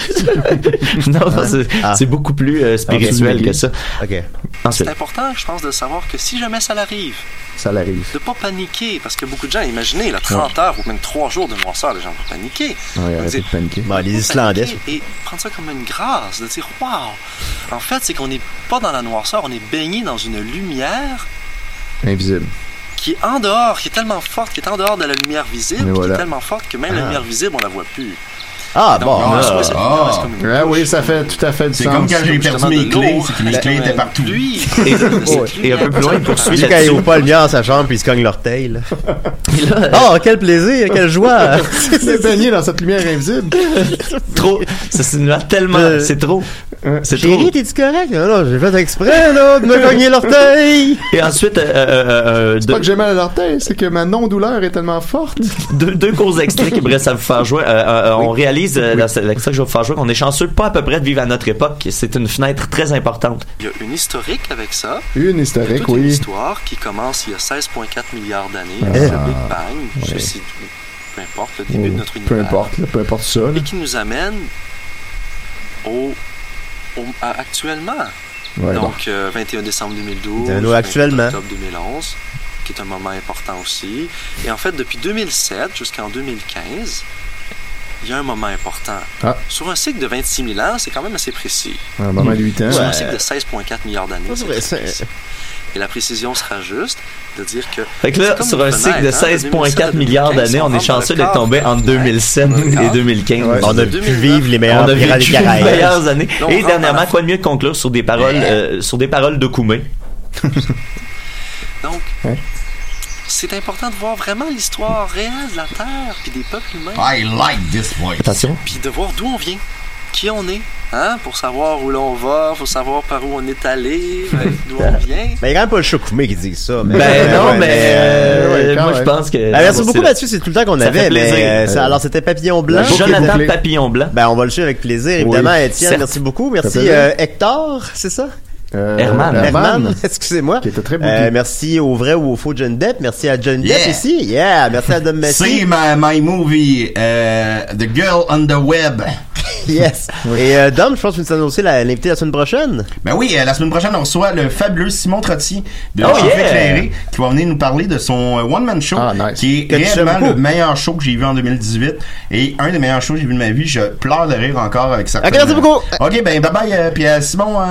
euh, non, non, c'est Ah. c'est beaucoup plus euh, spirituel Absolument. que ça. OK. Ensuite. C'est important, je pense, de savoir que si jamais ça l'arrive, Ça l'arrive. de pas paniquer, parce que beaucoup de gens, imaginez, là, 30 heures ou même 3 jours de noirceur, les gens vont paniquer. Ouais, Ils vont arrêtez dire, Bah, de paniquer. Bon, les pas Islandais. paniquer Et prendre ça comme une grâce, de dire waouh. En fait, c'est qu'on n'est pas dans la noirceur, on est baigné dans une lumière Invisible. qui est en dehors, qui est tellement forte, qui est en dehors de la lumière visible, Mais voilà. Ah. qui est tellement forte que même la lumière visible, on la voit plus. Ah, Donc, bon. on là, reçoit cette ah. lumière, c'est comme une Ah oui, douche, ça fait tout à fait du C'est sens. comme quand j'ai perdu justement, mes de l'eau, clés, c'est que Ben, mes la- clés étaient la partout. pluie, Et, cette et un peu lumière. plus loin, il poursuit lui, quand il là-dessus. ouvre pas le lien dans sa chambre puis il se cogne l'orteil. là. Et là, euh, Oh, quel plaisir, quelle joie! Il est baigné dans cette lumière invisible. trop. Ça, c'est une lumière tellement. Euh, c'est trop. C'est trop. Chérie, t'es-tu correct? Non, non, j'ai fait exprès, là, de me cogner l'orteil! Et ensuite, euh, euh, euh, C'est pas deux, que j'ai mal à l'orteil, c'est que ma non-douleur est tellement forte. deux, deux courts extraits qui me restent à vous faire jouer. Euh, euh, euh, On réalise, euh, dans ce- l'extrait que je vais vous faire jouer, qu'on est chanceux pas à peu près de vivre à notre époque. C'est une fenêtre très importante. Il y a une historique avec ça. Une Il y a historique, toute une oui. histoire qui commence il y a 16,4 milliards d'années, Ah. avec le Big Bang, Ouais. ceci, peu importe, le début de Ou- notre Peu univers. importe, là, peu importe ça. là. Et qui nous amène au, au- à- actuellement. Ouais, bon. Donc, euh, 21 décembre 2012, Nous, actuellement. 28 octobre 2011, qui est un moment important aussi. Et en fait, depuis 2007 jusqu'en 2015, il y a un moment important. Ah. Sur un cycle de 26 000 ans, c'est quand même assez précis. Un moment de 8 ans. Sur un Ouais. cycle de 16,4 milliards d'années, Ça, c'est c'est vrai, très c'est- précis. Et la précision sera juste de dire que Fait que là, C'est comme sur une un cycle fenêtre, hein, de de 16,4 2007 milliards d'années, on est chanceux d'être tombé dans le entre 2007 cadre. et 2015. Ouais. On a pu 2009. vivre les meilleurs On a pirates des vécu les Caraïbes. meilleures années. Là, on Et rentre dans dernièrement, la- quoi de mieux de conclure sur des paroles, euh, sur des paroles de Koumé. Donc, Ouais. c'est important de voir vraiment l'histoire réelle de la Terre, puis des peuples humains, I like this voice. Attention. puis de voir d'où on vient, qui on est, hein, pour savoir où l'on va, faut savoir par où on est allé, ben, d'où on vient. Mais il y a quand même pas le Chokoumé qui dit ça. mais- Ben Ouais, non, ouais, mais euh, ouais, quand moi je même. pense que. Ben, merci bon, beaucoup c'est- Mathieu, c'est tout le temps qu'on Ça fait avait. plaisir. Mais, euh, ça- Euh, alors c'était Papillon Blanc. Jonathan Papillon Blanc. Ben on va le suivre avec plaisir, évidemment. Étienne, Certes. merci beaucoup. Ça Merci fait euh, Hector, c'est ça? Euh, Herman. Herman, excusez-moi. Qui était très beau. Euh, merci au vrai ou au faux John Depp. Merci à John Yeah. Depp ici. Yeah. Merci à Dom See Messi. my, my movie, euh, The Girl on the Web. Yes. Et euh, Dom, je pense que tu nous annonces aussi la- l'invité la semaine prochaine. Ben oui, euh, la semaine prochaine, on reçoit le fabuleux Simon Trottier de Oh, Chef yeah! éclairé qui va venir nous parler de son euh, one-man show Ah, nice. qui Que est tu aimes réellement le beaucoup. meilleur show que j'ai vu en 2018 et un des meilleurs shows que j'ai vu de ma vie. Je pleure de rire encore avec ça. Ok, merci beaucoup. Ok, ben bye bye, euh, puis euh, Simon... euh,